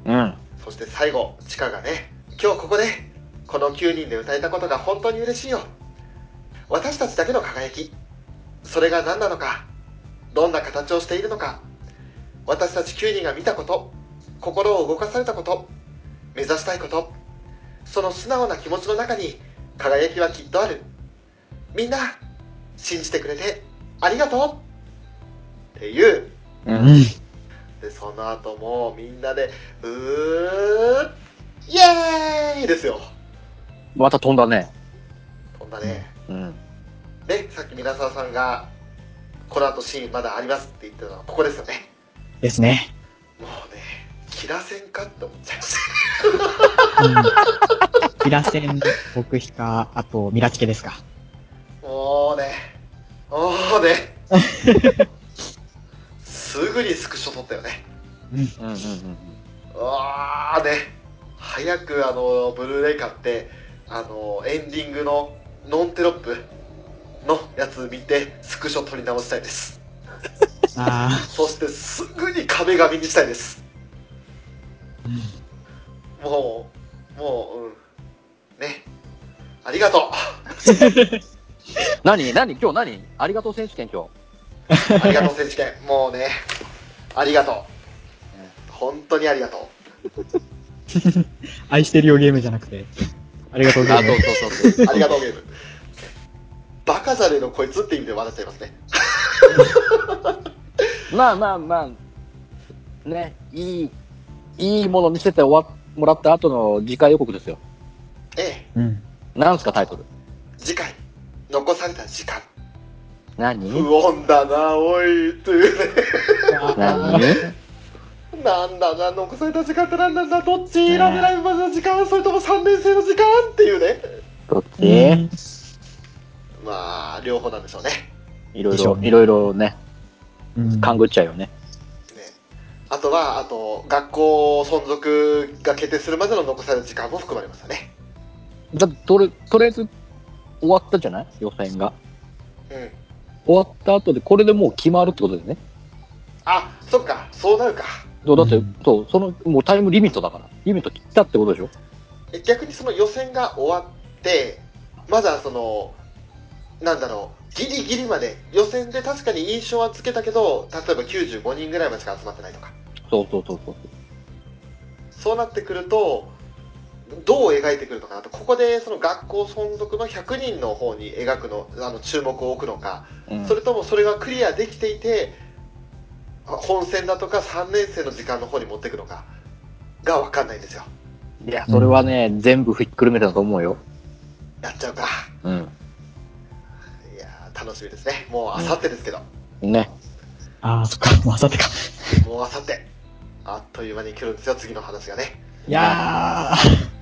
Speaker 6: うん。
Speaker 2: そして最後チカがね今日ここでこの9人で歌えたことが本当に嬉しいよ私たちだけの輝きそれが何なのかどんな形をしているのか私たち9人が見たこと心を動かされたこと目指したいことその素直な気持ちの中に輝きはきっとあるみんな信じてくれてありがとうっていう
Speaker 4: う
Speaker 6: う。
Speaker 4: んん。
Speaker 2: でその後もうみんなで「うーイエーイ!」ですよ
Speaker 6: また飛んだね。
Speaker 2: こんなね
Speaker 6: うん。
Speaker 2: でさっき皆沢さんが「この後シーンまだあります」って言ってたのはここですよね
Speaker 4: ですね。
Speaker 2: もうね切らせんかって思っちゃいまし
Speaker 4: うん。ピラセン、僕ヒカ、あと、ミラチケですか。
Speaker 2: たもうねもう ねすぐにスクショ撮ったよね
Speaker 6: うんうんうん。
Speaker 2: うわあね早くあのブルーレイ買ってあのエンディングのノンテロップのやつ見てスクショ撮り直したいです
Speaker 4: あ
Speaker 2: そしてすぐに壁紙にしたいですもうもううんねありがとう
Speaker 6: 何何今日何ありがとう選手権今日。
Speaker 2: ありがとう選手権もうねありがとう本当にありがとう
Speaker 4: ー、愛してるよゲームじゃなくて。ありがとうゲ
Speaker 6: あ、
Speaker 4: ー
Speaker 6: そ
Speaker 4: ム
Speaker 6: う。そうそうそう。
Speaker 2: ありがとうゲーム。バカじゃねえのこいつって意味で笑っちゃいますね。
Speaker 6: まあまあまあ、ね、いい、いいもの見せて終わもらった後の次回予告ですよ。
Speaker 2: ええ、
Speaker 4: うん。
Speaker 6: なんすかタイトル。
Speaker 2: 次回、残された時間。
Speaker 6: 何
Speaker 2: 不穏だな、おい、というね。
Speaker 6: 何
Speaker 2: なんだな、残された時間って何なんだ、どっちラブライブまでの時間、それとも3年生の時間っていうね。
Speaker 6: どっち
Speaker 2: まあ、両方なんでしょうね。
Speaker 6: いろい
Speaker 4: でしょ
Speaker 6: ろ
Speaker 4: う、ね
Speaker 6: いろいろね、
Speaker 4: うん。
Speaker 6: 勘ぐっちゃうよね。
Speaker 2: ねあとは、あと、学校存続が決定するまでの残された時間も含まれますよね。
Speaker 6: だってとり、とりあえず終わったじゃない予選が。
Speaker 2: うん。
Speaker 6: 終わった後で、これでもう決まるってことだよね。
Speaker 2: あ、そっか、そうなるか。
Speaker 6: そうだって、
Speaker 4: うん
Speaker 6: そう、その、もうタイムリミットだから。リミット切ったってことでしょ
Speaker 2: え逆にその予選が終わって、まだそのなんだろうギリギリまで予選で確かに印象はつけたけど例えば95人ぐらいまでしか集まってないとか
Speaker 3: そうそうそうそう。
Speaker 2: そうなってくるとどう描いてくるのかなとここでその学校存続の100人の方に描くのあの注目を置くのか、
Speaker 3: うん
Speaker 2: それともそれがクリアできていてあ本戦だとか3年生の時間の方に持っていくのかが分かんないんですよ
Speaker 3: いや、それはね、全部ひっくるめたと思うよ。
Speaker 2: やっちゃうか
Speaker 3: うん。
Speaker 2: いやー楽しみですねもうあさってですけど、
Speaker 3: ね。
Speaker 4: ああ、そっか、もうあさってか。
Speaker 2: もうあさってあっという間に来るんですよ次の話がね
Speaker 4: いやー、